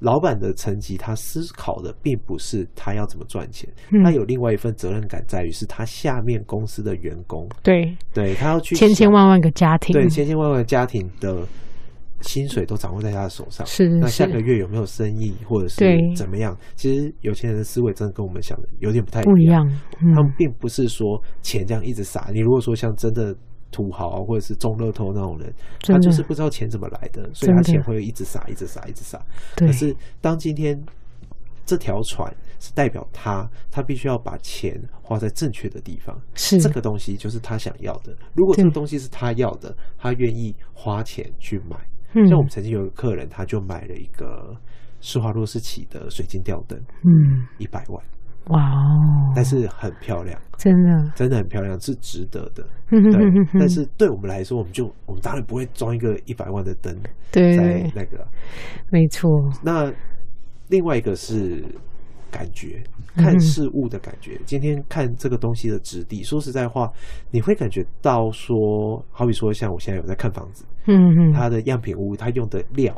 Speaker 3: 老板的层级他思考的并不是他要怎么赚钱，
Speaker 2: 嗯
Speaker 3: 他有另外一份责任感在于是他下面公司的员工，
Speaker 2: 对，
Speaker 3: 对他要去
Speaker 2: 千千
Speaker 3: 想
Speaker 2: 万万个家庭，
Speaker 3: 对，千千万万的家庭的薪水都掌握在他的手上。
Speaker 2: 是嗯
Speaker 3: 那
Speaker 2: 是
Speaker 3: 下个月有没有生意，或者是
Speaker 2: 对
Speaker 3: 怎么样？其实有钱人的思维真的跟我们想的有点不太
Speaker 2: 不一
Speaker 3: 一
Speaker 2: 样，嗯
Speaker 3: 他们并不是说钱这样一直撒。你如果说像真的土豪或者是中乐透那种人，
Speaker 2: 真
Speaker 3: 他
Speaker 2: 的
Speaker 3: 就是不知道钱怎么来的，所以
Speaker 2: 真
Speaker 3: 他
Speaker 2: 的
Speaker 3: 钱会一直撒，一直撒，一直撒。
Speaker 2: 对
Speaker 3: 可，是当今天这条船是代表他，他必须要把钱花在正确的地方。
Speaker 2: 是
Speaker 3: 这个东西就是他想要的。如果这个
Speaker 2: 对
Speaker 3: 东西是他要的，他愿意花钱去买。
Speaker 2: 嗯
Speaker 3: 像我们曾经有一个客人，他就买了一个施华洛世奇的水晶吊灯，
Speaker 2: 嗯，
Speaker 3: 一百万，
Speaker 2: 哇哦，
Speaker 3: 但是很漂亮，
Speaker 2: 真的，
Speaker 3: 真的很漂亮，是值得的。
Speaker 2: 嗯哼
Speaker 3: 对
Speaker 2: 哼哼，哼
Speaker 3: 但是对我们来说，我们就我们当然不会装一个一百万的灯
Speaker 2: 对
Speaker 3: 在
Speaker 2: 对，
Speaker 3: 那个。
Speaker 2: 没错，
Speaker 3: 那另外一个是感觉，
Speaker 2: 嗯
Speaker 3: 看事物的感觉。今天看这个东西的质地，说实在话，你会感觉到说，好比说像我现在有在看房子，
Speaker 2: 嗯嗯，
Speaker 3: 它的样品屋它用的料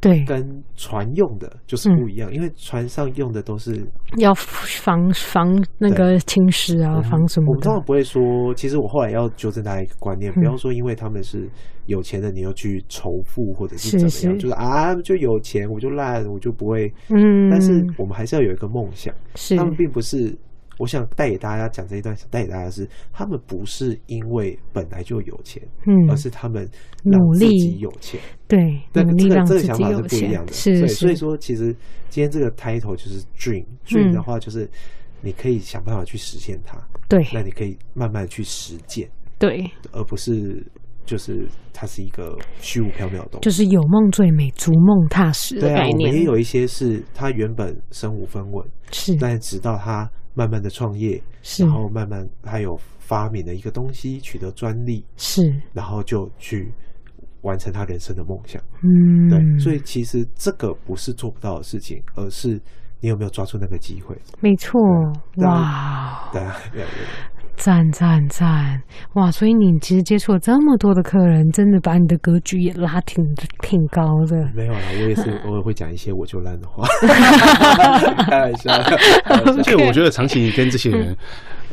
Speaker 2: 对，
Speaker 3: 跟船用的就是
Speaker 2: 嗯
Speaker 3: 不一样，因为船上用的都是
Speaker 2: 要防防那个侵蚀啊，防什
Speaker 3: 我
Speaker 2: 么
Speaker 3: 们
Speaker 2: 的嗯
Speaker 3: 通，常不会说，其实我后来要纠正大家一个观念，不要说因为他们是有钱的，你又去仇富或者是怎么样，
Speaker 2: 是是
Speaker 3: 就是啊，就有钱我就烂，我就不会。
Speaker 2: 嗯，
Speaker 3: 但是我们还是要有一个梦想。
Speaker 2: 是
Speaker 3: 他们并不是，我想带给大家讲这一段，想带给大家是，他们不是因为本来就有钱，
Speaker 2: 嗯
Speaker 3: 而是他们让
Speaker 2: 努
Speaker 3: 自
Speaker 2: 力
Speaker 3: 己有钱。
Speaker 2: 对，
Speaker 3: 这
Speaker 2: 努
Speaker 3: 个
Speaker 2: 力
Speaker 3: 这个
Speaker 2: 让
Speaker 3: 这
Speaker 2: 自
Speaker 3: 个想
Speaker 2: 己
Speaker 3: 法是
Speaker 2: 有
Speaker 3: 不一
Speaker 2: 钱，
Speaker 3: 样的，
Speaker 2: 是
Speaker 3: 对，
Speaker 2: 是，
Speaker 3: 所以说其实今天这个 title 就是 dream，dream
Speaker 2: 嗯
Speaker 3: 的话就是你可以想办法去实现它，
Speaker 2: 对
Speaker 3: 那你可以慢慢去实践，
Speaker 2: 对，
Speaker 3: 而不是就是它是一个虚无缥缈的东西。
Speaker 2: 就是有梦最美，逐梦踏实的
Speaker 3: 对啊，
Speaker 2: 概
Speaker 3: 我们
Speaker 2: 念
Speaker 3: 也，有一些是他原本身无分文，
Speaker 2: 是
Speaker 3: 但直到他慢慢的创业，
Speaker 2: 是
Speaker 3: 然后慢慢他有发明了一个东西，取得专利，
Speaker 2: 是，
Speaker 3: 然后就去完成他人生的梦想。
Speaker 2: 嗯，
Speaker 3: 对，所以其实这个不是做不到的事情，而是你有没有抓住那个机会。
Speaker 2: 没错，
Speaker 3: 对
Speaker 2: 哇。
Speaker 3: 对啊，对啊对啊
Speaker 2: 赞赞赞！哇，所以你其实接触了这么多的客人，真的把你的格局也拉挺挺高的。
Speaker 3: 没有啦，我也是偶尔会讲一些我就烂的 话，开玩笑。开玩笑
Speaker 1: 而且我觉得长期跟这些人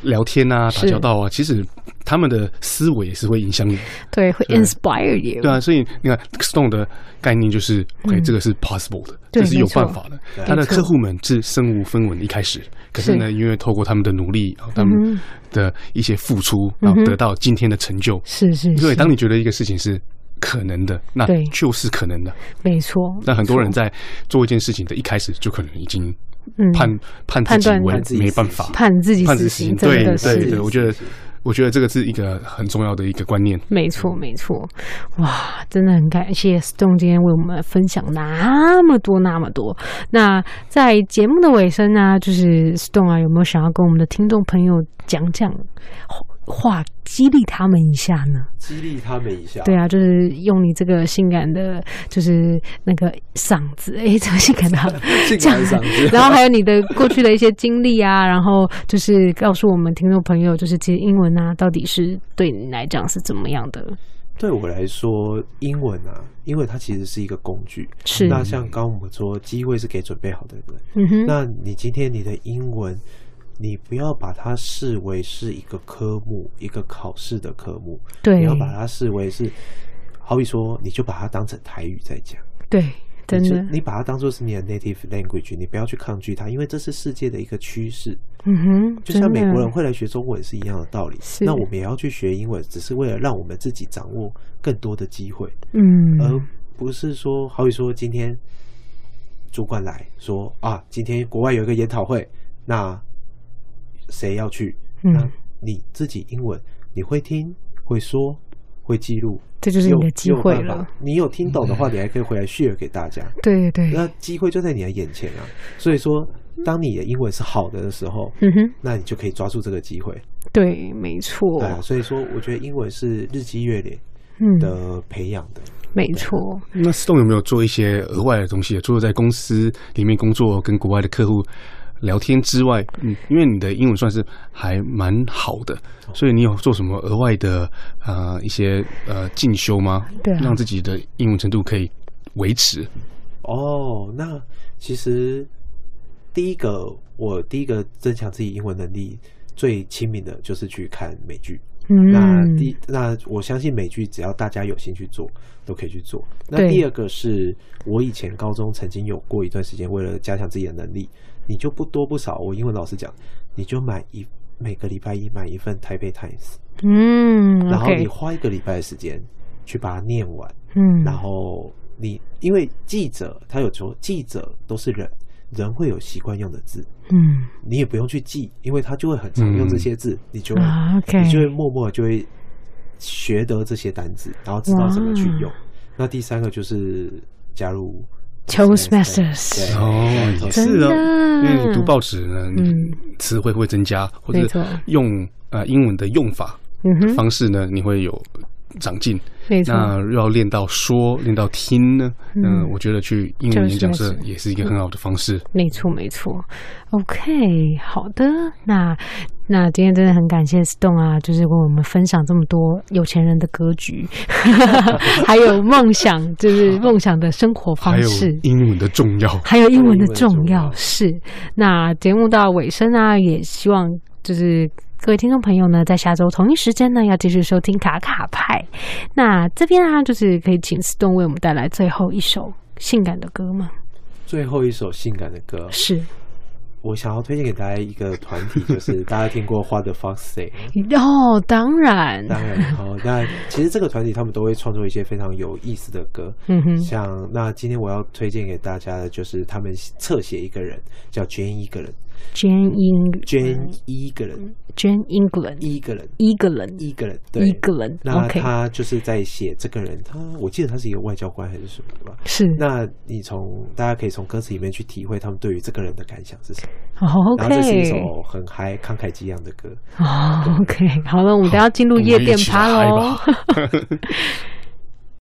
Speaker 1: 聊天啊、打
Speaker 2: 嗯是
Speaker 1: 交道啊，其实他们的思维也是会影响你。
Speaker 2: 对，会 inspire you。
Speaker 1: 对啊，所以你看 Stone 的概念就是，OK，、
Speaker 2: 嗯
Speaker 1: 这个是 possible 的，
Speaker 2: 对
Speaker 1: 这是有
Speaker 2: 没错
Speaker 1: 办法的。他的客户们是身无分文一开始，可是呢，因为透过他们的努力，啊然后他们的一些付出，然后得到今天的成就。
Speaker 2: 嗯是是
Speaker 1: 所以，
Speaker 2: 是，
Speaker 1: 当你觉得一个事情是可能的，那
Speaker 2: 对
Speaker 1: 就是可能的。
Speaker 2: 没错。
Speaker 1: 但很多人在做一件事情的一开始，就可能已经
Speaker 2: 嗯
Speaker 1: 判、判
Speaker 2: 判
Speaker 1: 自己
Speaker 2: 断
Speaker 1: 为
Speaker 3: 判自己
Speaker 1: 没
Speaker 3: 死
Speaker 1: 办
Speaker 3: 刑
Speaker 1: 法，
Speaker 2: 判自己
Speaker 1: 判
Speaker 2: 死
Speaker 1: 死
Speaker 2: 刑，
Speaker 1: 刑。
Speaker 2: 真
Speaker 1: 对
Speaker 2: 的
Speaker 1: 对
Speaker 2: 是
Speaker 1: 对，我觉得
Speaker 3: 是
Speaker 1: 我觉得这个是一个很重要的一个观念。
Speaker 2: 没错，没错，哇，真的很感谢 Stone 今天为我们分享那么多那么多。那在节目的尾声呢，就是 Stone 啊，有没有想要跟我们的听众朋友讲讲话，激励他们一下呢？
Speaker 3: 激励他们一下。
Speaker 2: 对啊，就是用你这个性感的，就是那个嗓子，诶，这个性感的
Speaker 3: 性
Speaker 2: 这样
Speaker 3: 感的嗓子
Speaker 2: 然后还有你的过去的一些经历啊，然后就是告诉我们听众朋友，就是其实英文啊，到底是对你来讲是怎么样的？
Speaker 3: 对我来说，英文啊，因为它其实是一个工具。
Speaker 2: 是，
Speaker 3: 那像刚刚我们说，机会是给准备好的人。
Speaker 2: 嗯哼，
Speaker 3: 那你今天你的英文，你不要把它视为是一个科目，一个考试的科目，
Speaker 2: 对
Speaker 3: 你要把它视为是，好比说，你就把它当成台语在讲。
Speaker 2: 对，真
Speaker 3: 你就
Speaker 2: 的，
Speaker 3: 你把它当做是你的 native language，你不要去抗拒它，因为这是世界的一个趋势。
Speaker 2: 嗯哼，
Speaker 3: 就像
Speaker 2: 真
Speaker 3: 美
Speaker 2: 的
Speaker 3: 国人会来学中文是一样的道理
Speaker 2: 是。
Speaker 3: 那我们也要去学英文，只是为了让我们自己掌握更多的机会，而
Speaker 2: 嗯，
Speaker 3: 不是说，好比说今天主管来说啊，今天国外有一个研讨会，那谁要去？
Speaker 2: 嗯
Speaker 3: 那你自己英文你会听会说。会记录，
Speaker 2: 这就是
Speaker 3: 有
Speaker 2: 你的机
Speaker 3: 有
Speaker 2: 会
Speaker 3: 办法
Speaker 2: 了。
Speaker 3: 你有听懂的话，你还可以回来 share 给大家。
Speaker 2: 对对，
Speaker 3: 那机会就在你的眼前啊！所以说，当你的英文是好的的时候，
Speaker 2: 嗯哼，
Speaker 3: 那你就可以抓住这个机会。
Speaker 2: 对，没错
Speaker 3: 对，啊，所以说我觉得英文是日积月累
Speaker 2: 嗯，
Speaker 3: 的培养的。
Speaker 2: 没错，
Speaker 1: 那 Stone 有没有做一些额外的东西？除了在公司里面工作跟国外的客户聊天之外，嗯，因为你的英文算是还蛮好的，所以你有做什么额外的呃一些呃进修吗？
Speaker 2: 对啊
Speaker 1: 让自己的英文程度可以维持。
Speaker 3: 哦，那其实第一个，我第一个增强自己英文能力最亲民的就是去看美剧。那
Speaker 2: 嗯，
Speaker 3: 第那我相信美剧只要大家有心去做，都可以去做。那
Speaker 2: 对
Speaker 3: 第二个是我以前高中曾经有过一段时间，为了加强自己的能力，你就不多不少，我英文老师讲，你就买一每个礼拜一买一份台北 Times，、
Speaker 2: 嗯
Speaker 3: 然后你
Speaker 2: ，OK，
Speaker 3: 花一个礼拜的时间去把它念完，
Speaker 2: 嗯，
Speaker 3: 然后你因为记者他有说记者都是人，人会有习惯用的字，
Speaker 2: 嗯
Speaker 3: 你也不用去记，因为他就会很常用这些字，你就会、
Speaker 2: 啊，OK，
Speaker 3: 你就会默默地就会学得这些单字，然后知道怎么去用
Speaker 2: 哇。
Speaker 3: 那第三个就是加入
Speaker 2: Toastmasters
Speaker 3: 对
Speaker 1: 哦，也是
Speaker 2: 真的
Speaker 1: 哦，因为你读报纸呢，你
Speaker 2: 嗯
Speaker 1: 词汇会增加，或者
Speaker 2: 没错
Speaker 1: 用呃英文的用法
Speaker 2: 嗯哼，
Speaker 1: 方式呢，你会有长进。
Speaker 2: 没错，
Speaker 1: 那又要练到说，练到听呢？
Speaker 2: 嗯
Speaker 1: 嗯，我觉得去英文演讲
Speaker 2: 就是
Speaker 1: 社
Speaker 2: 那是
Speaker 1: 也是一个很好的方式。
Speaker 2: 没错，没错。OK，好的，那那今天真的很感谢 Stone 啊，就是为我们分享这么多有钱人的格局，还有梦想，就是梦想的生活方
Speaker 1: 还有
Speaker 2: 式。
Speaker 1: 英文的重要，
Speaker 2: 还有英文的
Speaker 3: 还有英
Speaker 2: 重
Speaker 3: 文的重
Speaker 2: 要
Speaker 3: 要
Speaker 2: 是，那节目到尾声啊，也希望就是各位听众朋友呢，在下周同一时间呢，要继续收听卡卡派。那这边啊，就是可以请 Stone 为我们带来最后一首性感的歌吗？
Speaker 3: 最后一首性感的歌，
Speaker 2: 是，
Speaker 3: 我想要推荐给大家一个团体， 就是大家听过《花的 Fox》。
Speaker 2: 哦，当然，
Speaker 3: 当然，好，那其实这个团体他们都会创作一些非常有意思的歌，
Speaker 2: 嗯哼
Speaker 3: 像那今天我要推荐给大家的就是他们侧写一个人叫 Jane 一个人
Speaker 2: Jane Eng 嗯
Speaker 3: ，Jane 一个人，
Speaker 2: Jane England
Speaker 3: 一个人，
Speaker 2: 一个人
Speaker 3: 一个人，对，
Speaker 2: 一个人
Speaker 3: 那
Speaker 2: ，OK，
Speaker 3: 他就是在写这个人，他我记得他是一个外交官还是什么吧？
Speaker 2: 是，
Speaker 3: 那你从大家可以从歌词里面去体会他们对于这个人的感想是什么。
Speaker 2: 哦
Speaker 3: 然后这是一
Speaker 2: ，OK，
Speaker 3: 首很嗨、慷慨激昂的歌。
Speaker 2: 哦，OK，好了，我们等一下进入
Speaker 1: 我们
Speaker 2: 夜店
Speaker 1: 一起
Speaker 2: 趴
Speaker 1: 来
Speaker 2: 喽。
Speaker 1: 嗨吧